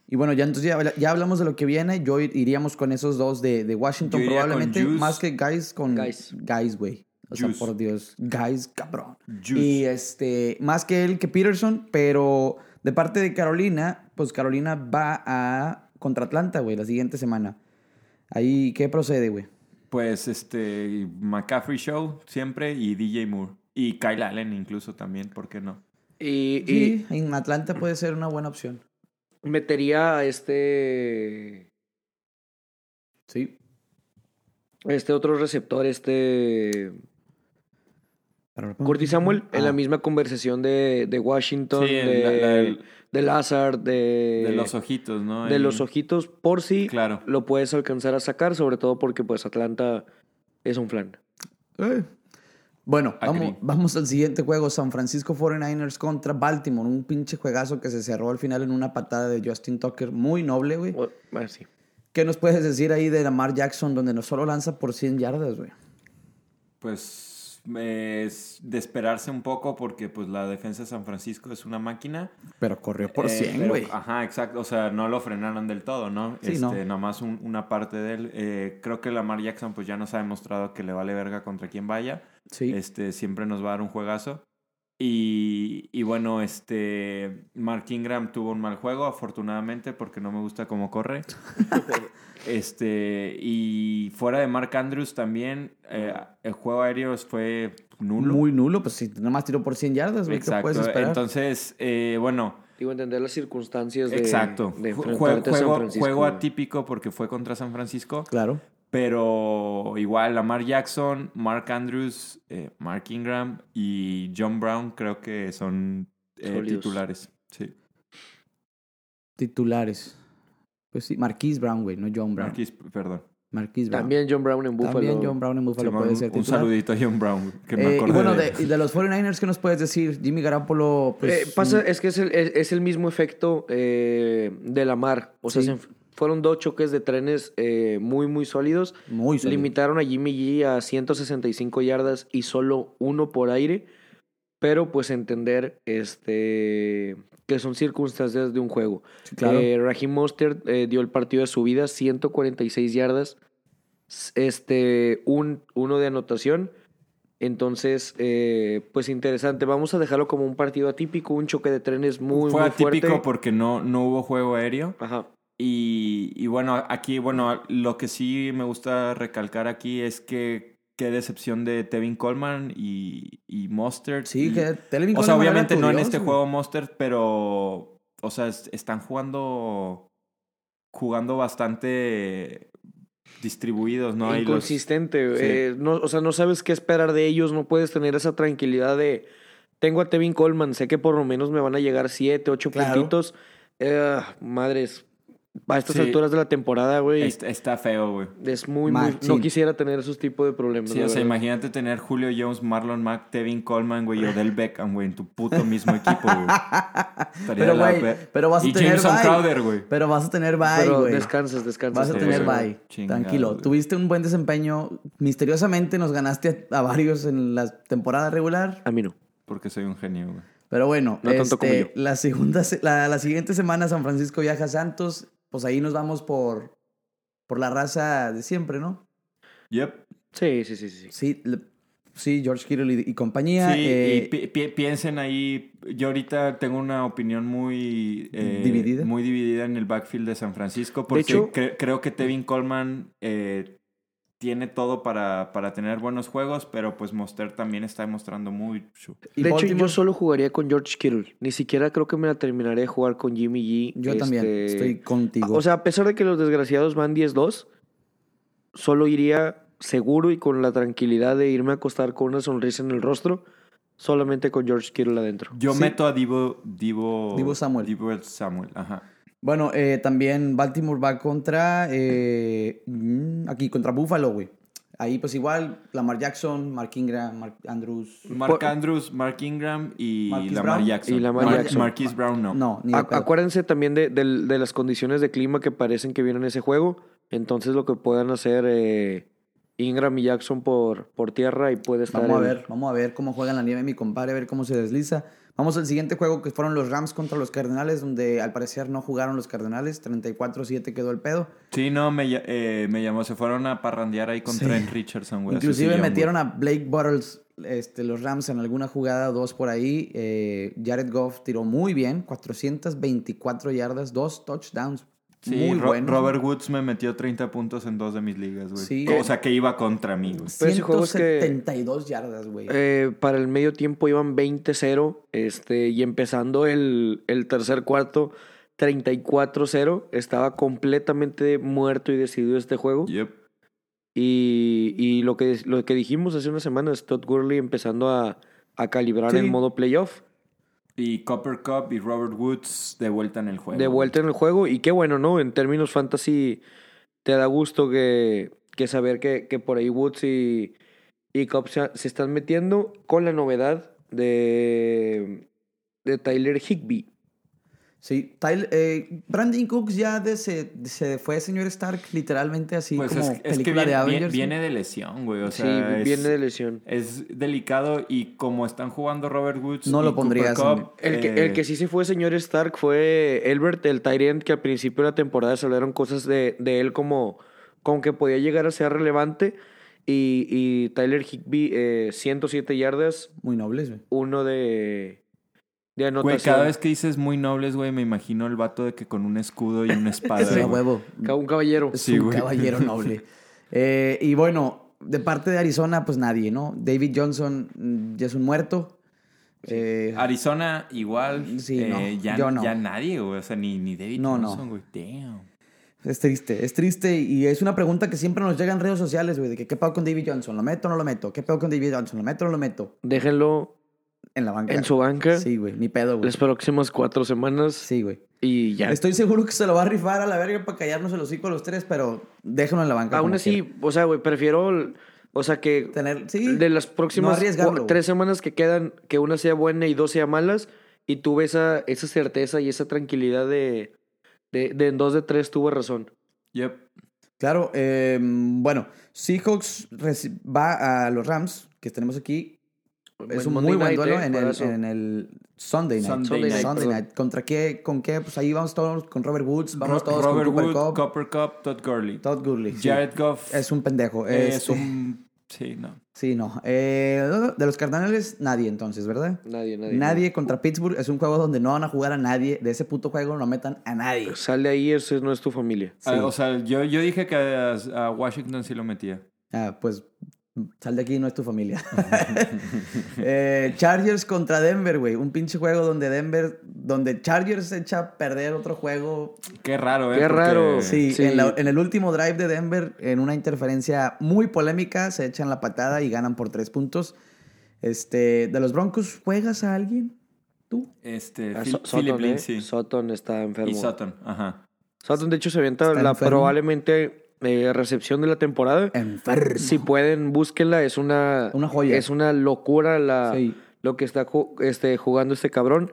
[SPEAKER 1] Y bueno, ya entonces ya, habla- ya hablamos de lo que viene. Yo ir- iríamos con esos dos de, de Washington
[SPEAKER 2] Yo iría con
[SPEAKER 1] probablemente.
[SPEAKER 2] Juice.
[SPEAKER 1] Más que Guys con
[SPEAKER 3] Guys.
[SPEAKER 1] Guys, güey. O sea,
[SPEAKER 2] Juice.
[SPEAKER 1] por Dios. Guys, cabrón.
[SPEAKER 2] Juice.
[SPEAKER 1] Y este, más que él que Peterson, pero de parte de Carolina, pues Carolina va a contra Atlanta, güey, la siguiente semana. Ahí, ¿qué procede, güey?
[SPEAKER 2] Pues, este, McCaffrey Show siempre y DJ Moore. Y Kyle Allen incluso también, ¿por qué no?
[SPEAKER 3] Y, y-
[SPEAKER 1] Sí, en Atlanta puede ser una buena opción.
[SPEAKER 3] metería a este
[SPEAKER 1] Sí.
[SPEAKER 3] Este otro receptor, este. Curtis Samuel, en
[SPEAKER 1] Ah,
[SPEAKER 3] la misma conversación de, de Washington,
[SPEAKER 2] Sí, en
[SPEAKER 3] de,
[SPEAKER 2] la- la- el-
[SPEAKER 3] de Lazard, de,
[SPEAKER 1] Eh,
[SPEAKER 2] de los ojitos, ¿no?
[SPEAKER 3] de
[SPEAKER 2] Ahí.
[SPEAKER 3] los ojitos, por si
[SPEAKER 2] Claro.
[SPEAKER 3] lo puedes alcanzar a sacar, sobre todo porque pues Atlanta es un flan.
[SPEAKER 1] Eh. Bueno, vamos,
[SPEAKER 2] Agree.
[SPEAKER 1] vamos al siguiente juego. San Francisco 49ers contra Baltimore. Un pinche juegazo que se cerró al final en una patada de Justin Tucker. Muy noble, güey.
[SPEAKER 3] O- ah, sí.
[SPEAKER 1] ¿Qué nos puedes decir ahí de Lamar Jackson, donde no solo lanza por 100 yardas, güey?
[SPEAKER 2] Pues eh, es de esperarse un poco porque pues la defensa de San Francisco es una máquina.
[SPEAKER 1] Pero corrió por
[SPEAKER 2] Eh,
[SPEAKER 1] 100,
[SPEAKER 2] pero-
[SPEAKER 1] güey.
[SPEAKER 2] Ajá, exacto. O sea, no lo frenaron del todo, ¿no?
[SPEAKER 1] Sí,
[SPEAKER 2] este,
[SPEAKER 1] no.
[SPEAKER 2] Nada más un- una parte de él. Eh, creo que Lamar Jackson pues ya nos ha demostrado que le vale verga contra quien vaya.
[SPEAKER 1] Sí.
[SPEAKER 2] Este, siempre nos va a dar un juegazo. Y, y bueno, este, Mark Ingram tuvo un mal juego, afortunadamente, porque no me gusta cómo corre.
[SPEAKER 3] [LAUGHS]
[SPEAKER 2] este, y fuera de Mark Andrews también, eh, el juego aéreo fue nulo.
[SPEAKER 1] Muy nulo, pues si nomás tiró por 100 yardas, güey, ¿qué puedes
[SPEAKER 2] Exacto.
[SPEAKER 1] esperar?
[SPEAKER 2] Entonces, eh, bueno,
[SPEAKER 3] Digo, entender las circunstancias Pues de,
[SPEAKER 2] exacto.
[SPEAKER 3] de
[SPEAKER 2] Ju-
[SPEAKER 3] enfrentarte a San
[SPEAKER 2] juego-
[SPEAKER 3] Francisco.
[SPEAKER 2] juego atípico porque fue contra San Francisco.
[SPEAKER 1] claro.
[SPEAKER 2] Pero igual, Lamar Jackson, Mark Andrews, eh, Mark Ingram y John Brown creo que son eh,
[SPEAKER 3] Sólidos.
[SPEAKER 2] titulares. Sí.
[SPEAKER 1] Titulares. Pues sí, Marquise Brown, güey, no John Brown.
[SPEAKER 2] Marquis, perdón.
[SPEAKER 1] Marquise Brown.
[SPEAKER 3] También John Brown en Buffalo.
[SPEAKER 1] También John Brown en Buffalo
[SPEAKER 2] Simón,
[SPEAKER 1] puede ser
[SPEAKER 2] un, un
[SPEAKER 1] titular.
[SPEAKER 2] saludito a John Brown, que me
[SPEAKER 1] Eh, y
[SPEAKER 2] acordé
[SPEAKER 1] bueno,
[SPEAKER 2] de
[SPEAKER 1] de, y de los 49ers, ¿qué nos puedes decir? Jimmy Garoppolo, pues...
[SPEAKER 3] Eh, pasa,
[SPEAKER 1] mm,
[SPEAKER 3] es que es el, es, es el mismo efecto eh, de la mar. O sea,
[SPEAKER 1] Sí.
[SPEAKER 3] se enf- fueron dos choques de trenes eh, muy, muy sólidos.
[SPEAKER 1] muy sólido.
[SPEAKER 3] Limitaron a Jimmy G a 165 yardas y solo uno por aire. Pero pues entender este que son circunstancias de un juego.
[SPEAKER 1] Sí, claro.
[SPEAKER 3] Eh, Raheem Mostert eh, dio el partido de su vida, 146 yardas, s- este, un, uno de anotación. Entonces, eh, pues interesante. Vamos a dejarlo como un partido atípico, un choque de trenes muy,
[SPEAKER 2] Fue
[SPEAKER 3] muy
[SPEAKER 2] atípico
[SPEAKER 3] fuerte.
[SPEAKER 2] porque no, no hubo juego aéreo.
[SPEAKER 3] Ajá.
[SPEAKER 2] Y, y bueno, aquí, bueno, lo que sí me gusta recalcar aquí es que qué decepción de Tevin Coleman y, y Mustard.
[SPEAKER 1] Sí,
[SPEAKER 2] y-
[SPEAKER 1] que Televin
[SPEAKER 2] O sea,
[SPEAKER 1] Coleman era
[SPEAKER 2] obviamente
[SPEAKER 1] tu
[SPEAKER 2] no en
[SPEAKER 1] dios, [LAUGHS]
[SPEAKER 2] este
[SPEAKER 1] güey.
[SPEAKER 2] juego Monster, pero. O sea, es- están jugando. Jugando bastante distribuidos, ¿no? Y los-
[SPEAKER 3] Inconsistente.
[SPEAKER 2] Sí.
[SPEAKER 3] eh, no, o sea, no sabes qué esperar de ellos, no puedes tener esa tranquilidad de. Tengo a Tevin Coleman, sé que por lo menos me van a llegar 7, 8
[SPEAKER 1] Claro.
[SPEAKER 3] puntitos. Eh, madres, a estas
[SPEAKER 2] Sí.
[SPEAKER 3] alturas de la temporada, güey.
[SPEAKER 2] est- está feo, güey.
[SPEAKER 3] Es muy, muy.
[SPEAKER 1] Machín.
[SPEAKER 3] No quisiera tener esos tipos de problemas.
[SPEAKER 2] Sí,
[SPEAKER 3] la
[SPEAKER 2] o sea,
[SPEAKER 3] verdad.
[SPEAKER 2] imagínate tener Julio Jones, Marlon Mack, Tevin Coleman, güey, y Odell Beckham, güey, en tu puto mismo equipo,
[SPEAKER 1] [LAUGHS]
[SPEAKER 2] güey. Estaría
[SPEAKER 1] Pero,
[SPEAKER 2] la
[SPEAKER 1] güey,
[SPEAKER 2] ver-
[SPEAKER 1] pero vas a
[SPEAKER 2] y
[SPEAKER 1] tener
[SPEAKER 2] Jameson
[SPEAKER 1] bye.
[SPEAKER 2] Crowder, güey.
[SPEAKER 1] Pero vas a tener bye,
[SPEAKER 3] Pero
[SPEAKER 1] güey.
[SPEAKER 3] descansas, descansas.
[SPEAKER 1] Vas a
[SPEAKER 2] Sí,
[SPEAKER 1] tener
[SPEAKER 2] este güey.
[SPEAKER 1] bye.
[SPEAKER 2] Chingado,
[SPEAKER 1] Tranquilo.
[SPEAKER 2] güey.
[SPEAKER 1] Tuviste un buen desempeño. Misteriosamente nos ganaste a varios en la temporada regular.
[SPEAKER 3] A mí no.
[SPEAKER 2] Porque soy un genio, güey.
[SPEAKER 1] Pero bueno,
[SPEAKER 3] No tanto como
[SPEAKER 1] este,
[SPEAKER 3] yo.
[SPEAKER 1] La, segunda, se- la, la siguiente semana San Francisco viaja a Santos. Pues ahí nos vamos por, por la raza de siempre, ¿no?
[SPEAKER 2] Yep.
[SPEAKER 3] Sí, sí, sí, sí.
[SPEAKER 1] Sí, le- sí George Kittle y, y compañía.
[SPEAKER 2] Sí,
[SPEAKER 1] eh,
[SPEAKER 2] y pi- pi- piensen ahí. Yo ahorita tengo una opinión muy eh,
[SPEAKER 1] Dividida.
[SPEAKER 2] muy dividida en el backfield de San Francisco porque
[SPEAKER 3] hecho-
[SPEAKER 2] cre- creo que Tevin Coleman eh, tiene todo para, para tener buenos juegos, pero pues Monster también está demostrando mucho.
[SPEAKER 1] y
[SPEAKER 3] de hecho, yo
[SPEAKER 1] Baltimore-
[SPEAKER 3] solo jugaría con George Kittle. Ni siquiera creo que me la terminaré de jugar con Jimmy G.
[SPEAKER 1] yo también
[SPEAKER 3] este,
[SPEAKER 1] estoy contigo.
[SPEAKER 3] O sea, a pesar de que los desgraciados van 10-2, solo iría seguro y con la tranquilidad de irme a acostar con una sonrisa en el rostro, solamente con George Kittle adentro.
[SPEAKER 2] Yo
[SPEAKER 1] Sí.
[SPEAKER 2] meto a Divo Divo
[SPEAKER 1] Divo Samuel.
[SPEAKER 2] Divo Samuel, ajá.
[SPEAKER 1] Bueno, eh, también Baltimore va contra. eh, mm, aquí, contra Buffalo, güey. Ahí, pues igual, Lamar Jackson, Mark Ingram, Mark Andrews.
[SPEAKER 2] Mark
[SPEAKER 3] Por-
[SPEAKER 2] Andrews, Mark Ingram y
[SPEAKER 1] Marquise
[SPEAKER 2] Lamar
[SPEAKER 1] Brown.
[SPEAKER 2] Jackson.
[SPEAKER 3] Y Lamar
[SPEAKER 2] Mar-
[SPEAKER 3] Jackson.
[SPEAKER 2] Marquise Brown no.
[SPEAKER 1] No, ni de
[SPEAKER 3] Ac-
[SPEAKER 1] pedo.
[SPEAKER 3] acuérdense también de, del- de las condiciones de clima que parecen que vienen en ese juego. Entonces lo que puedan hacer eh, Ingram y Jackson por, por tierra y puede estar...
[SPEAKER 1] Vamos a
[SPEAKER 3] el-
[SPEAKER 1] ver, vamos a ver cómo juega en la nieve mi compadre, a ver cómo se desliza. Vamos al siguiente juego que fueron los Rams contra los Cardenales, donde al parecer no jugaron los Cardenales. 34-7 quedó el pedo.
[SPEAKER 2] Sí, no, me, ll- eh, me llamó. Se fueron a parrandear ahí con
[SPEAKER 1] Sí.
[SPEAKER 2] Trent Richardson, güey. a su
[SPEAKER 1] Inclusive
[SPEAKER 2] sillón, güey.
[SPEAKER 1] metieron a Blake Bortles, este, los Rams en alguna jugada o dos por ahí. Eh, Jared Goff tiró muy bien, 424 yardas, dos touchdowns.
[SPEAKER 2] Sí,
[SPEAKER 1] muy
[SPEAKER 2] Ro-
[SPEAKER 1] buenos.
[SPEAKER 2] Robert Woods me metió 30 puntos en dos de mis ligas, güey.
[SPEAKER 1] Sí.
[SPEAKER 2] O sea, que iba contra mí, güey.
[SPEAKER 3] Pero ese juego es que-
[SPEAKER 1] 172 yardas, güey.
[SPEAKER 3] Eh, para el medio tiempo iban 20-0 este, y empezando el, el tercer cuarto 34-0. Estaba completamente muerto y decidido este juego.
[SPEAKER 2] Yep.
[SPEAKER 3] Y, y lo, que, lo que dijimos hace una semana es Todd Gurley empezando a, a calibrar
[SPEAKER 1] Sí.
[SPEAKER 3] el modo playoff.
[SPEAKER 2] Y Copper Cup y Robert Woods de vuelta en el juego.
[SPEAKER 3] de vuelta en el juego. Y qué bueno, ¿no? En términos fantasy, te da gusto que, que saber que, que por ahí Woods y, y Cobb se, se están metiendo con la novedad de, de Tyler Higby.
[SPEAKER 1] Sí, Tyler- eh, Brandon Cooks ya de- se, se fue, señor Stark, literalmente así
[SPEAKER 2] Pues
[SPEAKER 1] como
[SPEAKER 2] es, es que
[SPEAKER 1] película de
[SPEAKER 2] viene, viene-
[SPEAKER 1] Avengers.
[SPEAKER 2] viene de lesión, güey. O
[SPEAKER 3] sí,
[SPEAKER 2] sea, es-
[SPEAKER 3] viene de lesión.
[SPEAKER 2] Es delicado y como están jugando Robert Woods.
[SPEAKER 1] No
[SPEAKER 2] y
[SPEAKER 1] lo pondrías
[SPEAKER 2] Cooper
[SPEAKER 1] en-
[SPEAKER 2] Kupp,
[SPEAKER 3] El que,
[SPEAKER 2] eh,
[SPEAKER 3] el que sí se fue, señor Stark, fue Elbert, el Tyrant, que al principio de la temporada se hablaron cosas de, de él como, como que podía llegar a ser relevante. Y, y Tyler Higby, eh, 107 yardas,
[SPEAKER 1] Muy nobles, güey.
[SPEAKER 3] uno de, de
[SPEAKER 2] Güey,
[SPEAKER 3] anotación.
[SPEAKER 2] cada vez que dices muy nobles, güey, me imagino el vato de que con un
[SPEAKER 1] [LAUGHS]
[SPEAKER 2] escudo y una espada.
[SPEAKER 1] Sí, a
[SPEAKER 2] güey.
[SPEAKER 1] huevo.
[SPEAKER 3] Ca- Un caballero.
[SPEAKER 1] Es
[SPEAKER 2] Sí,
[SPEAKER 1] un
[SPEAKER 2] güey.
[SPEAKER 1] caballero noble. Eh, y bueno, de parte de Arizona, pues nadie, ¿no? David Johnson mm, ya es un muerto. Eh,
[SPEAKER 3] Ah.
[SPEAKER 2] Arizona igual.
[SPEAKER 1] Sí, no,
[SPEAKER 2] eh, ya,
[SPEAKER 1] yo no.
[SPEAKER 2] ya nadie, güey. O sea, ni, ni David
[SPEAKER 1] No, no.
[SPEAKER 2] Johnson, güey. Damn.
[SPEAKER 1] es triste, es triste. Y es una pregunta que siempre nos llega en redes sociales, güey, de que qué pedo con David Johnson, ¿lo meto o no lo meto? ¿Qué pedo con David Johnson, lo meto o no lo meto?
[SPEAKER 3] Déjenlo
[SPEAKER 1] En la banca.
[SPEAKER 3] en su banca
[SPEAKER 1] Sí, güey, ni pedo, güey.
[SPEAKER 3] las próximas cuatro semanas
[SPEAKER 1] Sí, güey.
[SPEAKER 3] y ya.
[SPEAKER 1] Estoy seguro que se lo va a rifar a la verga para callarnos el hocico a los tres, pero déjenlo en la banca.
[SPEAKER 3] Aún
[SPEAKER 1] como
[SPEAKER 3] así,
[SPEAKER 1] quiera.
[SPEAKER 3] o sea, güey, prefiero, el- o sea, que
[SPEAKER 1] Tener, sí.
[SPEAKER 3] de las
[SPEAKER 1] no
[SPEAKER 3] próximas
[SPEAKER 1] arriesgarlo,
[SPEAKER 3] cua-
[SPEAKER 1] güey.
[SPEAKER 3] tres semanas que quedan, que una sea buena y dos sea malas, y tuve esa, esa certeza y esa tranquilidad de, de, de en dos de tres tuve razón.
[SPEAKER 2] Yep.
[SPEAKER 1] Claro, eh, bueno, Seahawks reci- va a los Rams, que tenemos aquí. es
[SPEAKER 3] Buen
[SPEAKER 1] un
[SPEAKER 3] Monday
[SPEAKER 1] muy buen
[SPEAKER 3] night,
[SPEAKER 1] duelo
[SPEAKER 3] eh,
[SPEAKER 1] en, el,
[SPEAKER 3] juegazo.
[SPEAKER 1] en el Sunday night.
[SPEAKER 2] Sunday
[SPEAKER 1] Sunday,
[SPEAKER 2] night,
[SPEAKER 1] Sunday
[SPEAKER 3] perdón.
[SPEAKER 1] night. ¿Contra qué? ¿Con qué? Pues ahí vamos todos con Robert Woods, vamos
[SPEAKER 2] Ro-
[SPEAKER 1] todos
[SPEAKER 2] Robert
[SPEAKER 1] con Cooper
[SPEAKER 2] Woods,
[SPEAKER 1] Kupp,
[SPEAKER 2] Copper Cup, Todd Gurley.
[SPEAKER 1] Todd Gurley. sí.
[SPEAKER 2] Jared Goff.
[SPEAKER 1] Es un pendejo.
[SPEAKER 2] es
[SPEAKER 1] este,
[SPEAKER 2] un- Sí, no.
[SPEAKER 1] [LAUGHS] Sí, no. Eh, de los Cardenales, nadie entonces, ¿verdad?
[SPEAKER 3] Nadie, nadie.
[SPEAKER 1] Nadie, contra Pittsburgh. Es un juego donde no van a jugar a nadie. De ese puto juego no metan a nadie.
[SPEAKER 3] Sal de ahí, eso no es tu familia.
[SPEAKER 1] Sí.
[SPEAKER 2] Ah, o sea, yo, yo dije que a, a Washington sí lo metía.
[SPEAKER 1] Ah, pues sal de aquí, no es tu familia. Eh, Chargers contra Denver, güey. Un pinche juego donde Denver, donde Chargers echa a perder otro juego.
[SPEAKER 2] Qué raro, ¿eh?
[SPEAKER 3] Qué
[SPEAKER 2] Porque-
[SPEAKER 3] raro.
[SPEAKER 1] Sí,
[SPEAKER 3] Sí.
[SPEAKER 1] En, la- en el último drive de Denver, en una interferencia muy polémica, se echan la patada y ganan por tres puntos. Este, de los Broncos, ¿juegas a alguien? ¿Tú?
[SPEAKER 2] Este,
[SPEAKER 3] Ah,
[SPEAKER 2] Phil-
[SPEAKER 3] So-
[SPEAKER 2] Philip
[SPEAKER 3] Sutton, eh.
[SPEAKER 2] Lindsay.
[SPEAKER 3] Sutton está enfermo.
[SPEAKER 2] Y Sutton, ajá.
[SPEAKER 3] Sutton, de hecho, se avienta
[SPEAKER 1] Está
[SPEAKER 3] la
[SPEAKER 1] enfermo.
[SPEAKER 3] probablemente eh, recepción de la temporada.
[SPEAKER 1] Enfermo.
[SPEAKER 3] Si pueden, búsquenla. Es una,
[SPEAKER 1] Una joya.
[SPEAKER 3] Es una locura la,
[SPEAKER 1] Sí.
[SPEAKER 3] lo que está ju- este, jugando este cabrón.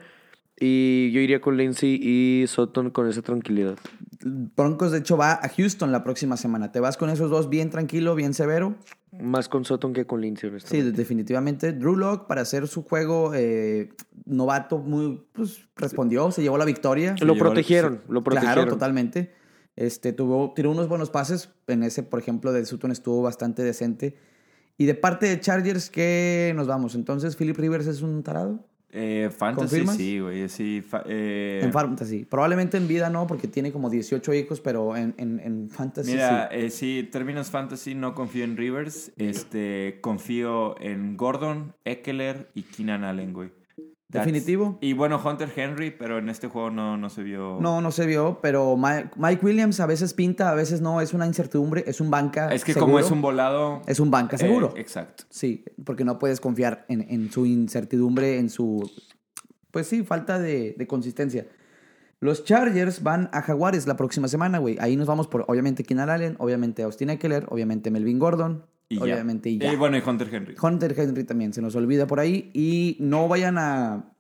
[SPEAKER 3] Y yo iría con Lindsay y Sutton con esa tranquilidad.
[SPEAKER 1] Broncos, de hecho, va a Houston la próxima semana. ¿Te vas con esos dos bien tranquilo, bien severo?
[SPEAKER 3] Más con Sutton que con Lindsay, honestamente.
[SPEAKER 1] Sí, definitivamente. Drew Lock para hacer su juego eh, novato, muy, pues, respondió, se llevó la victoria.
[SPEAKER 2] Sí,
[SPEAKER 3] lo
[SPEAKER 2] llevó-
[SPEAKER 3] protegieron, lo protegieron.
[SPEAKER 1] Claro, totalmente. Este, tuvo, tiró unos buenos pases. En ese, por ejemplo, de Sutton estuvo bastante decente. Y de parte de Chargers, ¿qué nos vamos? Entonces, ¿Philip Rivers es un tarado?
[SPEAKER 2] Eh, fantasy,
[SPEAKER 1] ¿Confirmas?
[SPEAKER 2] sí, güey. Sí, fa- eh,
[SPEAKER 1] En fantasy. Probablemente en vida no, porque tiene como 18 hijos, pero en, en, en fantasy
[SPEAKER 2] Mira,
[SPEAKER 1] sí.
[SPEAKER 2] eh, sí, en términos fantasy no confío en Rivers. Este, confío en Gordon, Eckler y Keenan Allen, güey. That's-
[SPEAKER 1] Definitivo.
[SPEAKER 2] Y bueno, Hunter Henry, pero en este juego no, no se vio.
[SPEAKER 1] No, no se vio, pero Mike, Mike Williams a veces pinta, a veces no. Es una incertidumbre, es un banca.
[SPEAKER 2] Es que como
[SPEAKER 1] seguro.
[SPEAKER 2] es un volado.
[SPEAKER 1] Es un banca
[SPEAKER 2] eh,
[SPEAKER 1] seguro.
[SPEAKER 2] exacto.
[SPEAKER 1] Sí, porque no puedes confiar en, en su incertidumbre, en su, pues sí, falta de, de consistencia. Los Chargers van a Jaguares la próxima semana, güey. Ahí nos vamos por, obviamente, Keenan Allen, obviamente Austin Eckler, obviamente Melvin Gordon,
[SPEAKER 2] Y ya.
[SPEAKER 1] obviamente y
[SPEAKER 2] Eh,
[SPEAKER 1] ya.
[SPEAKER 2] bueno, y Hunter Henry.
[SPEAKER 1] Hunter Henry también se nos olvida por ahí. Y no vayan a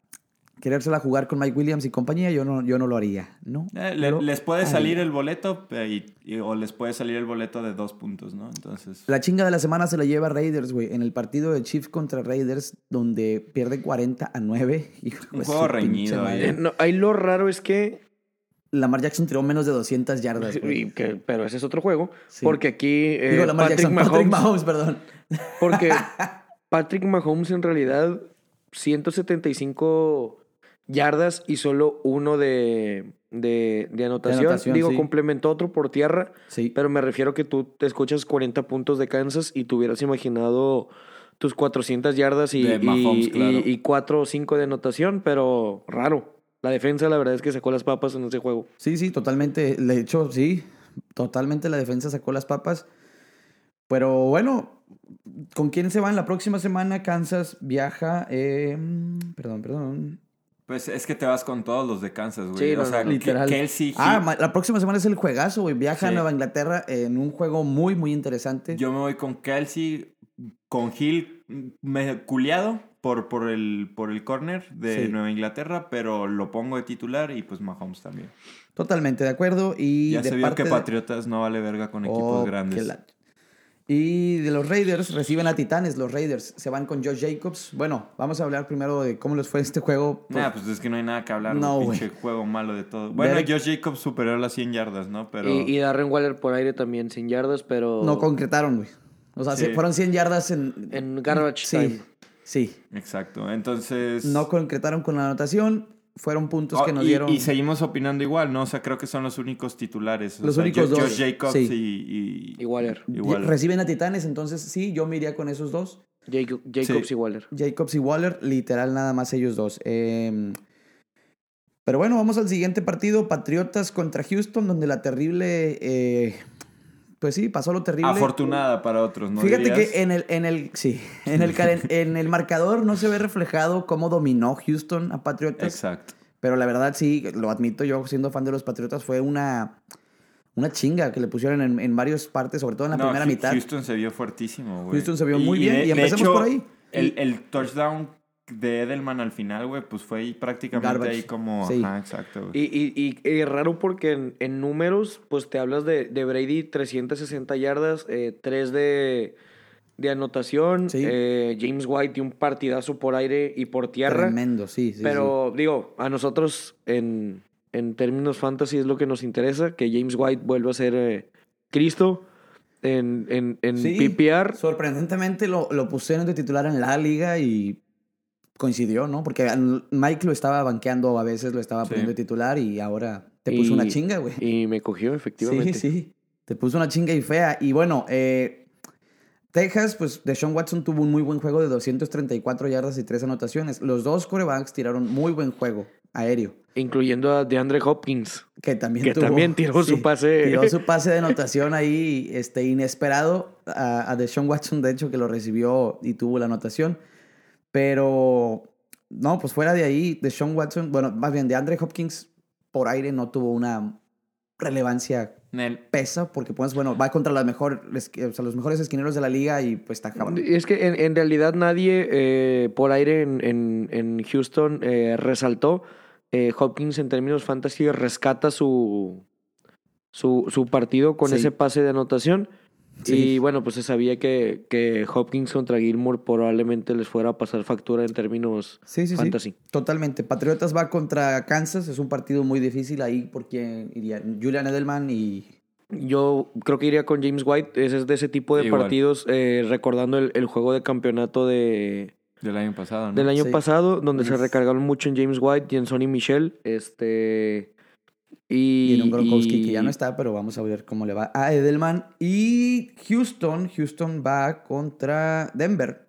[SPEAKER 1] querérsela jugar con Mike Williams y compañía. Yo no, yo no lo haría, ¿no?
[SPEAKER 2] Eh, le-
[SPEAKER 1] Lo
[SPEAKER 2] les puede
[SPEAKER 1] haría.
[SPEAKER 2] salir el boleto eh, y- y- o les puede salir el boleto de dos puntos, ¿no? Entonces.
[SPEAKER 1] La chinga de la semana se la lleva Raiders, güey. En el partido de Chiefs contra Raiders, donde pierde 40 a 9. [LAUGHS] Hijo de
[SPEAKER 2] Un
[SPEAKER 1] su
[SPEAKER 2] juego
[SPEAKER 1] pinche
[SPEAKER 2] reñido,
[SPEAKER 1] madre.
[SPEAKER 2] eh.
[SPEAKER 3] Eh, no, ahí lo raro es que.
[SPEAKER 1] Lamar Jackson tiró menos de 200 yardas, güey.
[SPEAKER 3] [LAUGHS] y que- pero ese es otro juego.
[SPEAKER 1] Sí.
[SPEAKER 3] Porque aquí. eh,
[SPEAKER 1] Digo, Lamar
[SPEAKER 3] Patrick
[SPEAKER 1] Jackson, [LAUGHS] Patrick
[SPEAKER 3] Mahomes-
[SPEAKER 1] Mahomes, perdón.
[SPEAKER 2] [LAUGHS]
[SPEAKER 3] Porque Patrick Mahomes en realidad 175 yardas y solo uno de, de, de anotación.
[SPEAKER 1] De anotación,
[SPEAKER 3] Digo,
[SPEAKER 1] sí.
[SPEAKER 3] complementó otro por tierra,
[SPEAKER 1] Sí.
[SPEAKER 3] pero me refiero que tú te escuchas 40 puntos de Kansas y te hubieras imaginado tus 400 yardas y,
[SPEAKER 2] De Mahomes,
[SPEAKER 3] y,
[SPEAKER 2] claro.
[SPEAKER 3] 4 o 5 de anotación, pero raro. La defensa, la verdad es que sacó las papas en ese juego.
[SPEAKER 1] Sí, sí, totalmente. De hecho, sí. Totalmente la defensa sacó las papas. Pero bueno, ¿con quién se van? La próxima semana Kansas viaja. eh, perdón, perdón.
[SPEAKER 2] Pues es que te vas con todos los de Kansas, güey.
[SPEAKER 3] Sí,
[SPEAKER 2] o
[SPEAKER 3] no,
[SPEAKER 2] sea,
[SPEAKER 3] no.
[SPEAKER 2] que-
[SPEAKER 1] Literal.
[SPEAKER 2] Kelsey
[SPEAKER 1] Ah,
[SPEAKER 2] Hill-
[SPEAKER 1] ma- la próxima semana es el juegazo, güey. Viaja a
[SPEAKER 2] Sí.
[SPEAKER 1] Nueva Inglaterra en un juego muy, muy interesante.
[SPEAKER 2] Yo me voy con Kelsey, con Hill me, culiado por, por el por el corner de
[SPEAKER 1] Sí.
[SPEAKER 2] Nueva Inglaterra, pero lo pongo de titular y pues Mahomes también.
[SPEAKER 1] Totalmente de acuerdo. Y
[SPEAKER 2] ya
[SPEAKER 1] de
[SPEAKER 2] se vio que
[SPEAKER 1] parte de-
[SPEAKER 2] Patriotas no vale verga con
[SPEAKER 1] Oh,
[SPEAKER 2] equipos
[SPEAKER 1] qué
[SPEAKER 2] grandes.
[SPEAKER 1] la- Y de los Raiders reciben a Titanes. Los Raiders se van con Josh Jacobs. Bueno, vamos a hablar primero de cómo les fue este juego. Pues,
[SPEAKER 2] Nah, pues es que no hay nada que hablar.
[SPEAKER 1] No,
[SPEAKER 2] No,
[SPEAKER 1] güey.
[SPEAKER 2] pinche juego malo de todo. Bueno,
[SPEAKER 1] Derek-
[SPEAKER 2] Josh Jacobs superó las 100 yardas, ¿no? Pero
[SPEAKER 3] Y, y Darren Waller por aire también, sin yardas, pero.
[SPEAKER 1] No concretaron, güey. O sea,
[SPEAKER 2] Sí.
[SPEAKER 1] se- fueron 100 yardas en...
[SPEAKER 3] En garbage
[SPEAKER 1] sí,
[SPEAKER 3] time.
[SPEAKER 1] sí.
[SPEAKER 2] exacto. Entonces
[SPEAKER 1] No concretaron con la anotación. Fueron puntos
[SPEAKER 2] Oh,
[SPEAKER 1] que nos
[SPEAKER 2] y,
[SPEAKER 1] dieron...
[SPEAKER 2] y seguimos opinando igual, ¿no? O sea, creo que son los únicos titulares. O
[SPEAKER 1] Los
[SPEAKER 2] sea,
[SPEAKER 1] únicos
[SPEAKER 2] Jo-
[SPEAKER 1] dos,
[SPEAKER 2] Josh Jacobs
[SPEAKER 1] sí.
[SPEAKER 2] y,
[SPEAKER 3] Y Waller.
[SPEAKER 1] Y-
[SPEAKER 2] igual.
[SPEAKER 1] Reciben a Titanes, entonces sí, yo me iría con esos dos.
[SPEAKER 3] Jaco- Jacobs
[SPEAKER 2] Sí.
[SPEAKER 3] y Waller.
[SPEAKER 1] Jacobs y Waller, literal nada más ellos dos. Eh, pero bueno, vamos al siguiente partido, Patriotas contra Houston, donde la terrible... eh, pues sí, pasó lo terrible.
[SPEAKER 2] Afortunada para otros, ¿no?
[SPEAKER 1] Fíjate
[SPEAKER 2] dirías?
[SPEAKER 1] que en el, en el, sí, en el,
[SPEAKER 2] [LAUGHS]
[SPEAKER 1] calen- en el marcador no se ve reflejado cómo dominó Houston a Patriotas.
[SPEAKER 2] Exacto.
[SPEAKER 1] Pero la verdad sí, lo admito yo, siendo fan de los Patriotas, fue una, una chinga que le pusieron en, en varias partes, sobre todo en la
[SPEAKER 2] No,
[SPEAKER 1] primera
[SPEAKER 2] Hu-
[SPEAKER 1] mitad.
[SPEAKER 2] Houston se vio fuertísimo, güey.
[SPEAKER 1] Houston se vio muy bien, y empecemos por ahí.
[SPEAKER 2] El, el touchdown de Edelman al final, güey, pues fue ahí prácticamente
[SPEAKER 1] Garbage.
[SPEAKER 2] ahí como.
[SPEAKER 1] Sí.
[SPEAKER 2] Ajá, exacto, güey.
[SPEAKER 3] Y, y, y- y raro porque en, en números, pues te hablas de, de Brady 360 yardas, 3 de, de anotación,
[SPEAKER 1] Sí.
[SPEAKER 3] eh, James White y un partidazo por aire y por tierra.
[SPEAKER 1] Tremendo, sí, sí.
[SPEAKER 3] Pero digo, a nosotros en, en términos fantasy es lo que nos interesa, que James White vuelva a ser eh, Cristo en, en, en
[SPEAKER 1] Sí.
[SPEAKER 3] PPR.
[SPEAKER 1] sí. Sorprendentemente lo, lo pusieron de titular en la liga y coincidió, ¿no? Porque al- Mike lo estaba banqueando, a veces lo estaba
[SPEAKER 2] Sí.
[SPEAKER 1] poniendo de titular y ahora te puso
[SPEAKER 3] Y-
[SPEAKER 1] una chinga, güey.
[SPEAKER 3] Y me cogió, efectivamente.
[SPEAKER 1] Sí, sí. Te puso una chinga y fea. Y bueno, eh, Texas, pues Deshaun Watson tuvo un muy buen juego de 234 yardas y tres anotaciones. Los dos corebacks tiraron muy buen juego aéreo.
[SPEAKER 3] Incluyendo a DeAndre Hopkins.
[SPEAKER 1] Que también,
[SPEAKER 3] Que
[SPEAKER 1] tuvo-
[SPEAKER 3] también tiró su pase.
[SPEAKER 1] Tiró
[SPEAKER 3] [LAUGHS]
[SPEAKER 1] su pase de anotación ahí este, inesperado a, a Deshaun Watson, de hecho, que lo recibió y tuvo la anotación. Pero, no, pues fuera de ahí, Deshaun Watson, bueno, más bien de Andre Hopkins por aire no tuvo una relevancia
[SPEAKER 2] Nel.
[SPEAKER 1] pesa porque pues bueno va contra las mejores o sea, los mejores esquineros de la liga y pues está cabrón
[SPEAKER 3] Es que en, en realidad nadie eh, por aire en, en- en Houston eh, resaltó. Eh, Hopkins en términos fantasy rescata su, su, su partido con
[SPEAKER 1] Sí.
[SPEAKER 3] ese pase de anotación.
[SPEAKER 1] Sí.
[SPEAKER 3] Y bueno, pues se sabía que, que Hopkins contra Gilmore probablemente les fuera a pasar factura en términos
[SPEAKER 1] sí sí
[SPEAKER 3] fantasy.
[SPEAKER 1] sí totalmente Patriotas va contra Kansas es un partido muy difícil ahí porque iría Julian Edelman y
[SPEAKER 3] Yo creo que iría con James White. Ese es de ese tipo de
[SPEAKER 2] Igual.
[SPEAKER 3] partidos, eh, recordando el, el juego de campeonato de,
[SPEAKER 2] Del año pasado, ¿no?
[SPEAKER 3] del año
[SPEAKER 1] Sí.
[SPEAKER 3] pasado, donde se
[SPEAKER 1] Uf.
[SPEAKER 3] recargaron mucho en James White y en Sonny Michel. Este.
[SPEAKER 1] y,
[SPEAKER 3] Y.
[SPEAKER 1] en un Gronkowski
[SPEAKER 3] y-
[SPEAKER 1] que ya no está pero vamos a ver cómo le va a Edelman y Houston Houston va contra Denver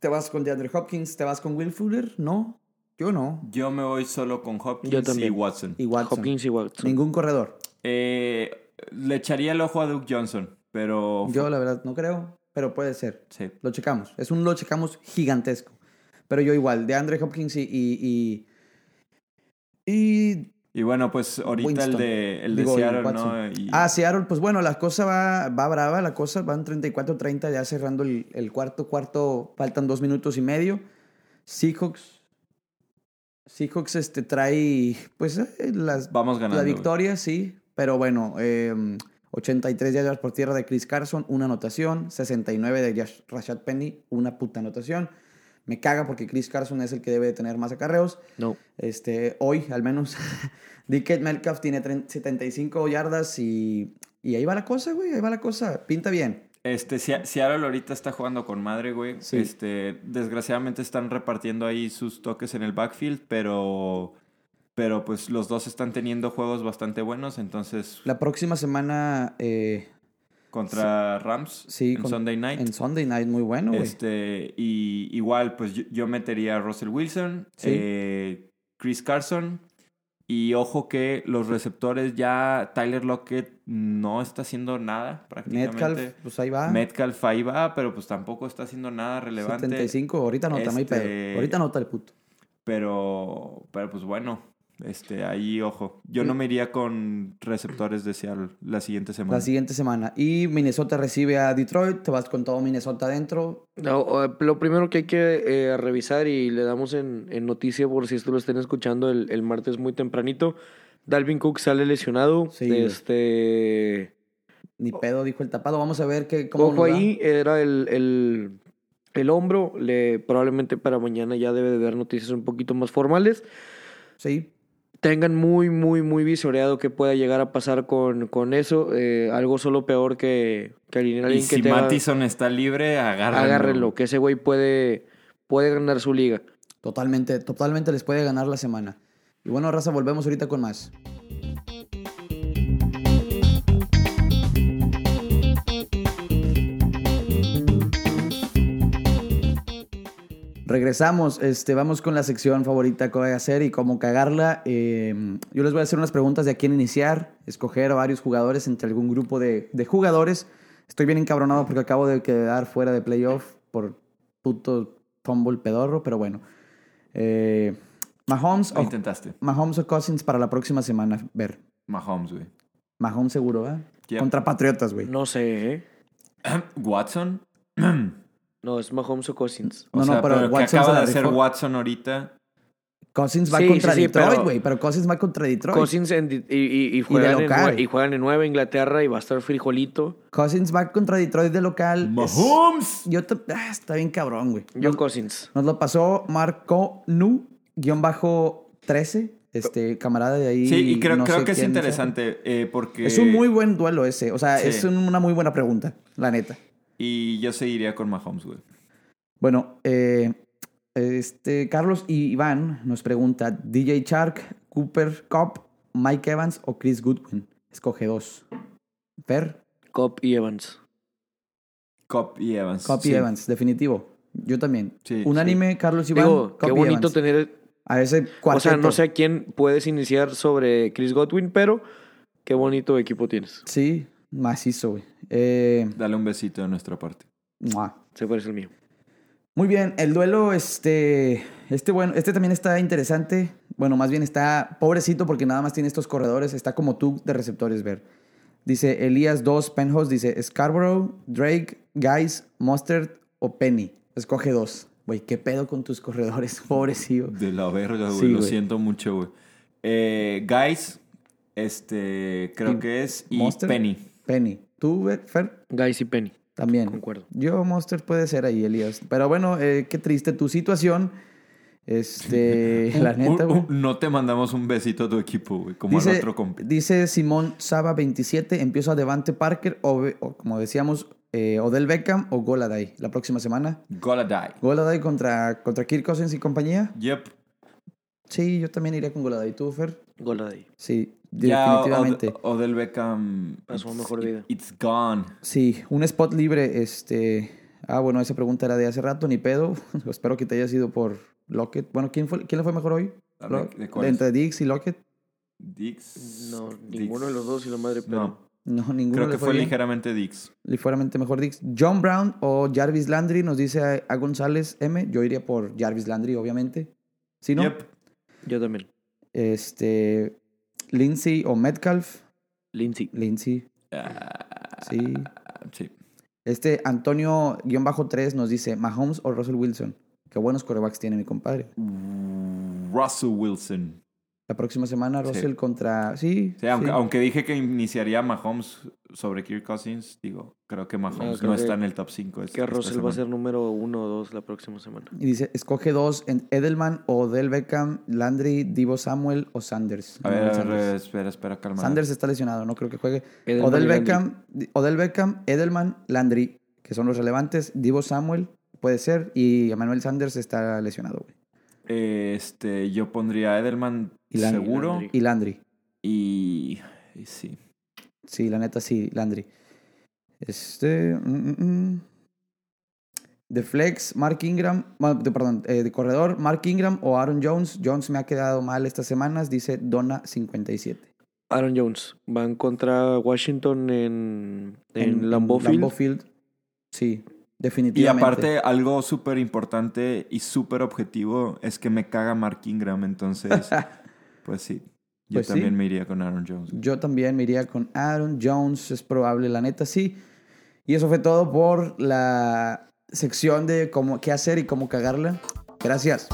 [SPEAKER 1] te vas con DeAndre Hopkins te vas con Will Fuller no yo no
[SPEAKER 2] Yo me voy solo con Hopkins
[SPEAKER 3] Yo también.
[SPEAKER 2] y Watson.
[SPEAKER 1] y Watson
[SPEAKER 3] Hopkins y Watson.
[SPEAKER 1] ningún corredor
[SPEAKER 2] Eh, le echaría el ojo a Duke Johnson, pero.
[SPEAKER 1] yo la verdad no creo pero puede ser
[SPEAKER 2] Sí.
[SPEAKER 1] Lo checamos. Es un lo checamos gigantesco. Pero yo igual, de Andre Hopkins y. y, y, y-
[SPEAKER 2] Y bueno, pues ahorita el
[SPEAKER 1] Winston.
[SPEAKER 2] de, el de
[SPEAKER 1] digo, y
[SPEAKER 2] Seattle, ¿no?
[SPEAKER 1] Watson.
[SPEAKER 2] Y-
[SPEAKER 1] Ah, Seattle, pues bueno, la cosa va, va brava, la cosa van 34-30, ya cerrando el, el cuarto, cuarto, faltan dos minutos y medio. Seahawks. Seahawks este, trae, pues, eh, las,
[SPEAKER 2] Vamos ganando.
[SPEAKER 1] la
[SPEAKER 2] güey.
[SPEAKER 1] victoria, sí. Pero bueno, eh, 83 yardas por tierra de Chris Carson, una anotación. 69 de Yash- Rashad Penny, una puta anotación. Me caga porque Chris Carson es el que debe de tener más acarreos.
[SPEAKER 3] No.
[SPEAKER 1] Este, hoy, al menos, [LAUGHS] Dickett Metcalf tiene 30 75 yardas y, y ahí va la cosa, güey. Ahí va la cosa. Pinta bien.
[SPEAKER 2] Este, Se- Seattle ahorita está jugando con madre, güey.
[SPEAKER 1] Sí.
[SPEAKER 2] Este, desgraciadamente están repartiendo ahí sus toques en el backfield, pero. Pero pues los dos están teniendo juegos bastante buenos, entonces
[SPEAKER 1] La próxima semana, eh,
[SPEAKER 2] contra Rams
[SPEAKER 1] sí.
[SPEAKER 2] en
[SPEAKER 1] con-
[SPEAKER 2] Sunday Night.
[SPEAKER 1] En Sunday Night, muy bueno, güey.
[SPEAKER 2] este, y igual, pues yo, yo metería a Russell Wilson,
[SPEAKER 1] Sí.
[SPEAKER 2] eh, Chris Carson, Y ojo que los receptores ya Tyler Lockett no está haciendo nada prácticamente.
[SPEAKER 1] Metcalf, pues ahí va.
[SPEAKER 2] Metcalf ahí va, pero pues tampoco está haciendo nada relevante.
[SPEAKER 1] 75, ahorita no está,
[SPEAKER 2] Este-
[SPEAKER 1] Ahorita nota el puto.
[SPEAKER 2] Pero, pero pues bueno, este, ahí ojo. Yo no me iría con receptores de Seattle la siguiente semana.
[SPEAKER 1] La siguiente semana. Y Minnesota recibe a Detroit. Te vas con todo Minnesota adentro.
[SPEAKER 3] No, o- lo primero que hay que eh, revisar y le damos en, en noticia por si esto lo estén escuchando el, el martes muy tempranito. Dalvin Cook sale lesionado.
[SPEAKER 1] Sí, güey.
[SPEAKER 3] este.
[SPEAKER 1] Ni
[SPEAKER 2] Oh.
[SPEAKER 1] pedo, dijo el tapado. Vamos a ver qué, cómo
[SPEAKER 3] Ojo
[SPEAKER 1] nos va.
[SPEAKER 3] ahí, era el, el, el hombro. Le, probablemente para mañana ya debe de haber noticias un poquito más formales.
[SPEAKER 1] Sí.
[SPEAKER 3] Tengan muy, muy, muy visoreado que pueda llegar a pasar con, con eso. eh, algo solo peor que, que alinear a
[SPEAKER 2] y
[SPEAKER 3] alguien que
[SPEAKER 2] si
[SPEAKER 3] tenga-
[SPEAKER 2] Mattison está libre, agárrenlo.
[SPEAKER 3] Agárrenlo, que ese güey puede, puede ganar su liga.
[SPEAKER 1] Totalmente, totalmente les puede ganar la semana. Y bueno, Raza, volvemos ahorita con más. Regresamos, este, vamos con la sección favorita que voy a hacer y cómo cagarla. Eh, yo les voy a hacer unas preguntas de a quién iniciar, escoger a varios jugadores entre algún grupo de, de jugadores. Estoy bien encabronado porque acabo de quedar fuera de playoff por puto fumble pedorro, pero bueno. Eh, Mahomes,
[SPEAKER 2] Lo
[SPEAKER 1] o,
[SPEAKER 2] intentaste.
[SPEAKER 1] Mahomes o Cousins para la próxima semana. Ver,
[SPEAKER 2] Mahomes, güey.
[SPEAKER 1] Mahomes seguro, ¿verdad?
[SPEAKER 2] Yep.
[SPEAKER 1] Contra Patriotas, güey.
[SPEAKER 3] No sé, ¿eh?
[SPEAKER 2] Watson. [CLEARS THROAT]
[SPEAKER 3] No, es Mahomes o Cousins.
[SPEAKER 2] O
[SPEAKER 1] No, no,
[SPEAKER 2] sea,
[SPEAKER 1] pero
[SPEAKER 2] pero, ¿qué
[SPEAKER 1] Watson se
[SPEAKER 2] acaba
[SPEAKER 1] la
[SPEAKER 2] de hacer
[SPEAKER 1] rifó.
[SPEAKER 2] Watson ahorita?
[SPEAKER 1] Cousins va
[SPEAKER 3] Sí,
[SPEAKER 1] contra
[SPEAKER 3] sí, sí,
[SPEAKER 1] Detroit,
[SPEAKER 3] pero-
[SPEAKER 1] güey, pero... Cousins va contra Detroit. Cousins...
[SPEAKER 3] Cousins en di- y, y- y juegan en,
[SPEAKER 1] local.
[SPEAKER 3] nue- y juegan en Nueva Inglaterra y va a estar frijolito.
[SPEAKER 1] va contra Detroit de local. Es-
[SPEAKER 2] ¡Mahomes!
[SPEAKER 1] Yo te- ah, está bien cabrón, güey.
[SPEAKER 3] Yo Cousins.
[SPEAKER 1] Nos lo pasó Marco Nu, guión bajo 13, este camarada de ahí.
[SPEAKER 2] Sí, y creo,
[SPEAKER 1] no
[SPEAKER 2] creo
[SPEAKER 1] sé
[SPEAKER 2] que es
[SPEAKER 1] quién sea.
[SPEAKER 2] interesante eh, porque...
[SPEAKER 1] Es un muy buen duelo ese, o sea,
[SPEAKER 2] Sí.
[SPEAKER 1] es un- una muy buena pregunta, la neta.
[SPEAKER 2] Y yo seguiría con Mahomes, güey.
[SPEAKER 1] Bueno, eh, este, Carlos y Iván nos pregunta, DJ Shark, Cooper Cup, Mike Evans o Chris Goodwin. Escoge dos. Fer,
[SPEAKER 3] Cop y Evans.
[SPEAKER 2] Cop y Evans.
[SPEAKER 1] Cup y
[SPEAKER 2] Sí.
[SPEAKER 1] Evans, definitivo. Yo también.
[SPEAKER 2] Sí,
[SPEAKER 1] Unánime, Carlos y Iván.
[SPEAKER 3] Digo,
[SPEAKER 1] Cup
[SPEAKER 3] qué
[SPEAKER 1] y
[SPEAKER 3] bonito
[SPEAKER 1] Evans.
[SPEAKER 3] tener.
[SPEAKER 1] A ese
[SPEAKER 3] O sea,
[SPEAKER 1] cuarteto.
[SPEAKER 3] no sé a quién puedes iniciar sobre Chris Godwin, pero qué bonito equipo tienes.
[SPEAKER 1] Sí, macizo, güey. Eh,
[SPEAKER 2] Dale un besito de nuestra parte.
[SPEAKER 1] mua.
[SPEAKER 3] Se parece al mío.
[SPEAKER 1] Muy bien, el duelo, este, este, bueno, este también está interesante. Bueno, más bien está pobrecito porque nada más tiene estos corredores. Está como tú de receptores, ver. Dice Elías 2, Penhouse, dice Scarborough, Drake, Guys, Mustard o Penny. Escoge dos. Güey, qué pedo con tus corredores, [LAUGHS] pobrecillo.
[SPEAKER 2] De la verga, güey.
[SPEAKER 1] Sí,
[SPEAKER 2] Lo
[SPEAKER 1] güey.
[SPEAKER 2] siento mucho, güey. Eh, guys, este, creo
[SPEAKER 1] Y
[SPEAKER 2] que es. Y
[SPEAKER 1] Monster.
[SPEAKER 2] Penny.
[SPEAKER 1] Penny. ¿Tú, Ver- Fer?
[SPEAKER 3] Guys y Penny.
[SPEAKER 1] También.
[SPEAKER 3] Concuerdo.
[SPEAKER 1] Yo, Mustard puede ser ahí, Elías. Pero bueno, eh, qué triste tu
[SPEAKER 2] [LAUGHS]
[SPEAKER 1] situación. Este, [LAUGHS] la
[SPEAKER 2] Un-
[SPEAKER 1] neta,
[SPEAKER 2] un-
[SPEAKER 1] güey.
[SPEAKER 2] un- Uh, no te mandamos un besito a tu equipo, güey. Como al
[SPEAKER 1] Dice,
[SPEAKER 2] otro compi.
[SPEAKER 1] dice Simón Saba 27, empiezo a Devante Parker o, o como decíamos, eh, Odell Beckham o Goladay la próxima semana.
[SPEAKER 2] Gotta die.
[SPEAKER 1] Goladay contra, contra Kirk Cousins y compañía.
[SPEAKER 2] Yep.
[SPEAKER 1] Sí, yo también iría con Goladay. ¿Tú, Fer?
[SPEAKER 3] Gol de ahí.
[SPEAKER 1] Sí,
[SPEAKER 2] Ya, Od-
[SPEAKER 1] definitivamente.
[SPEAKER 2] Odell Beckham.
[SPEAKER 3] Pasó
[SPEAKER 2] it's-
[SPEAKER 3] mejor vida.
[SPEAKER 2] It's gone.
[SPEAKER 1] Sí, un spot libre, este... Ah, bueno, esa pregunta era de hace rato, ni pedo. [LAUGHS] Espero que te haya sido por Lockett. Bueno, ¿quién, fue, ¿quién le fue mejor hoy?
[SPEAKER 2] ¿De-
[SPEAKER 1] Lo-
[SPEAKER 2] de cuál
[SPEAKER 1] ¿Entre Dix y Lockett?
[SPEAKER 2] Dix.
[SPEAKER 3] No,
[SPEAKER 2] Dix.
[SPEAKER 3] ninguno de los dos y la madre pero
[SPEAKER 2] No,
[SPEAKER 1] No, ninguno
[SPEAKER 2] creo
[SPEAKER 1] le
[SPEAKER 2] que
[SPEAKER 1] fue
[SPEAKER 2] fue
[SPEAKER 1] bien.
[SPEAKER 2] ligeramente Dix.
[SPEAKER 1] ligeramente mejor Dix. John Brown o Jarvis Landry, nos dice a, a González M. Yo iría por Jarvis Landry, obviamente. Si no,
[SPEAKER 2] Yep.
[SPEAKER 3] Yo también.
[SPEAKER 1] este, Lindsay o Metcalf.
[SPEAKER 3] Lindsay.
[SPEAKER 1] Lindsay,
[SPEAKER 2] Ah,
[SPEAKER 1] sí.
[SPEAKER 2] sí.
[SPEAKER 1] Este, Antonio-3 nos dice Mahomes o Russell Wilson. Qué buenos corebacks tiene mi compadre.
[SPEAKER 2] Russell Wilson.
[SPEAKER 1] La próxima semana
[SPEAKER 2] Sí.
[SPEAKER 1] Russell contra... Sí,
[SPEAKER 2] Sí, aunque,
[SPEAKER 1] sí.
[SPEAKER 2] aunque dije que iniciaría Mahomes sobre Kirk Cousins, digo, creo que Mahomes no,
[SPEAKER 3] creo
[SPEAKER 2] está
[SPEAKER 3] que-
[SPEAKER 2] en el top 5.
[SPEAKER 3] Que Russell va a ser número uno o dos la próxima semana.
[SPEAKER 1] Y dice, escoge dos, en Edelman o Del Beckham, Landry, Divo Samuel o Sanders.
[SPEAKER 2] A ver,
[SPEAKER 1] Emmanuel
[SPEAKER 2] a ver,
[SPEAKER 1] Sanders.
[SPEAKER 2] espera, espera, calma.
[SPEAKER 1] Sanders está lesionado, no creo que juegue.
[SPEAKER 3] Edelman
[SPEAKER 1] Odell
[SPEAKER 3] y Landry.
[SPEAKER 1] Beckham, Odell Beckham, Edelman, Landry, que son los relevantes. Divo Samuel puede ser y Emmanuel Sanders está lesionado, güey.
[SPEAKER 2] Este, yo pondría a Edelman
[SPEAKER 1] Y Landry,
[SPEAKER 2] seguro
[SPEAKER 3] Landry.
[SPEAKER 1] Y Landry.
[SPEAKER 2] y, y sí.
[SPEAKER 1] Sí, la neta sí, Landry. Este, mm, mm, mm. De flex, Mark Ingram, ma- de- perdón, eh, de corredor, Mark Ingram o Aaron Jones. Jones me ha quedado mal estas semanas, dice Donna57.
[SPEAKER 3] Aaron Jones. Van contra Washington en, en Lambeau Field.
[SPEAKER 1] Lambeau Field. Sí,
[SPEAKER 2] Y
[SPEAKER 1] definitivamente.
[SPEAKER 2] aparte, algo súper importante y súper objetivo es que me caga Mark
[SPEAKER 1] [LAUGHS]
[SPEAKER 2] Ingram, entonces, pues sí. Yo
[SPEAKER 1] Pues sí. Eh.
[SPEAKER 2] también me iría con Aaron Jones.
[SPEAKER 1] Yo también me iría con Aaron Jones, es probable, la neta sí. Y eso fue todo por la sección de cómo, qué hacer y cómo cagarla. Gracias.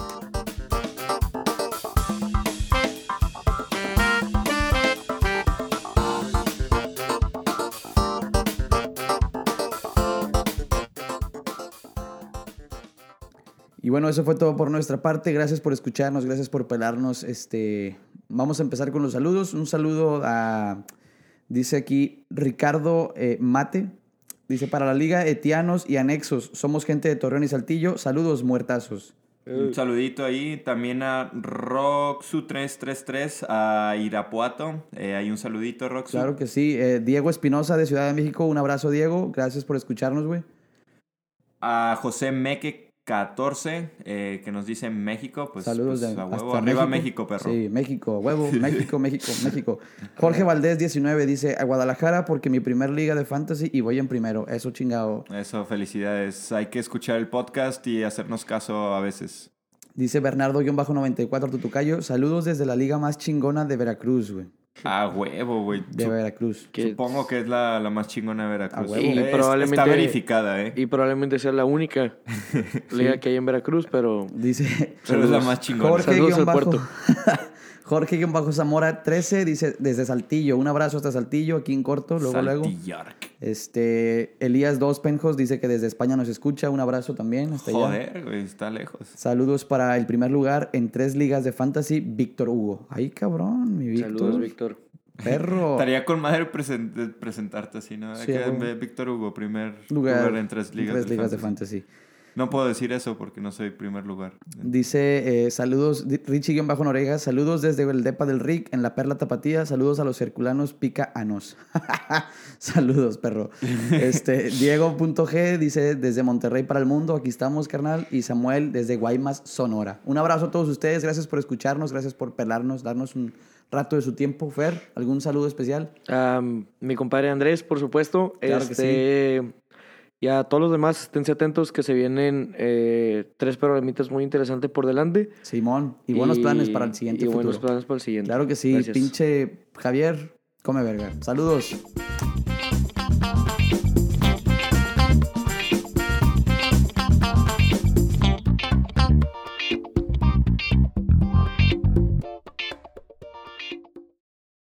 [SPEAKER 1] Y bueno, eso fue todo por nuestra parte. Gracias por escucharnos, gracias por pelarnos. Este, vamos a empezar con los saludos. Un saludo a, dice aquí, Ricardo eh, Mate. Dice, para la Liga Etianos y Anexos, somos gente de Torreón y Saltillo. Saludos, muertazos.
[SPEAKER 2] Un saludito ahí también a Roxu333 a Irapuato. Eh, hay un saludito, Roxu.
[SPEAKER 1] Claro que sí. Eh, Diego Espinosa de Ciudad de México, un abrazo, Diego. Gracias por escucharnos, güey.
[SPEAKER 2] A José Meque 14, eh, que nos dice México, pues,
[SPEAKER 1] Saludos
[SPEAKER 2] pues,
[SPEAKER 1] de
[SPEAKER 2] a huevo.
[SPEAKER 1] hasta
[SPEAKER 2] Arriba México, perro.
[SPEAKER 1] Sí, México,
[SPEAKER 2] [LAUGHS]
[SPEAKER 1] huevo, México, México, México. Jorge Valdés 19 dice a Guadalajara porque mi primer liga de fantasy y voy en primero. Eso chingado.
[SPEAKER 2] Eso, felicidades. Hay que escuchar el podcast y hacernos caso
[SPEAKER 1] [LAUGHS]
[SPEAKER 2] a veces.
[SPEAKER 1] Dice Bernardo-94 Tutucayo, saludos desde la liga más chingona de Veracruz, güey.
[SPEAKER 2] A huevo, güey.
[SPEAKER 1] De
[SPEAKER 2] Sup-
[SPEAKER 1] Veracruz.
[SPEAKER 3] Que-
[SPEAKER 2] Supongo que es la, la más chingona de
[SPEAKER 1] A
[SPEAKER 2] Veracruz.
[SPEAKER 1] huevo. Y
[SPEAKER 2] Eh, es-
[SPEAKER 3] probablemente-
[SPEAKER 2] Está verificada, ¿eh?
[SPEAKER 3] Y probablemente sea la
[SPEAKER 1] [LAUGHS]
[SPEAKER 3] única liga que hay en Veracruz, pero
[SPEAKER 1] Dice
[SPEAKER 2] [LAUGHS] Pero es la más chingona.
[SPEAKER 1] Jorge
[SPEAKER 3] Saludos al
[SPEAKER 1] guión bajo-
[SPEAKER 3] puerto.
[SPEAKER 1] [LAUGHS] Jorge guión bajo Zamora 13 dice desde Saltillo, un abrazo hasta Saltillo, aquí en corto, luego luego.
[SPEAKER 2] Saltillarc.
[SPEAKER 1] Este Elías Dos Penjos dice que desde España nos escucha, un abrazo también hasta allá.
[SPEAKER 2] Joder, güey, está lejos.
[SPEAKER 1] Saludos para el primer lugar en tres ligas de fantasy, Víctor Hugo. Ay, cabrón, mi Víctor.
[SPEAKER 3] saludos, Víctor.
[SPEAKER 1] Perro.
[SPEAKER 2] [LAUGHS] Estaría con madre presen- de presentarte así, ¿no?
[SPEAKER 1] Sí,
[SPEAKER 2] Que
[SPEAKER 1] a huevo.
[SPEAKER 2] ve- Víctor Hugo, primer
[SPEAKER 1] Lugar,
[SPEAKER 2] lugar, en tres ligas,
[SPEAKER 1] tres
[SPEAKER 2] de
[SPEAKER 1] ligas de
[SPEAKER 2] fantasy.
[SPEAKER 1] fantasy.
[SPEAKER 2] No puedo decir eso porque no soy primer lugar.
[SPEAKER 1] Dice, eh, saludos, di- Richie bajo oreja, saludos desde el depa del Rick en la Perla Tapatía, saludos a los circulanos pica anos. [LAUGHS] saludos,
[SPEAKER 3] [LAUGHS]
[SPEAKER 1] perro. Este, Diego.g dice, desde Monterrey para el mundo, aquí estamos, carnal, y Samuel desde Guaymas, Sonora. Un abrazo a todos ustedes, gracias por escucharnos, gracias por pelarnos, darnos un rato de su tiempo. Fer, ¿algún saludo especial?
[SPEAKER 3] A mi compadre Andrés, por supuesto.
[SPEAKER 1] Claro que
[SPEAKER 3] este, Y a todos los demás, esténse atentos que se vienen eh, tres programitas muy interesantes por delante.
[SPEAKER 1] Simón, y buenos
[SPEAKER 3] Y-
[SPEAKER 1] planes para el siguiente
[SPEAKER 3] Y
[SPEAKER 1] futuro.
[SPEAKER 3] buenos planes para el siguiente.
[SPEAKER 1] Claro que sí,
[SPEAKER 3] Gracias.
[SPEAKER 1] pinche Javier, come verga. Saludos.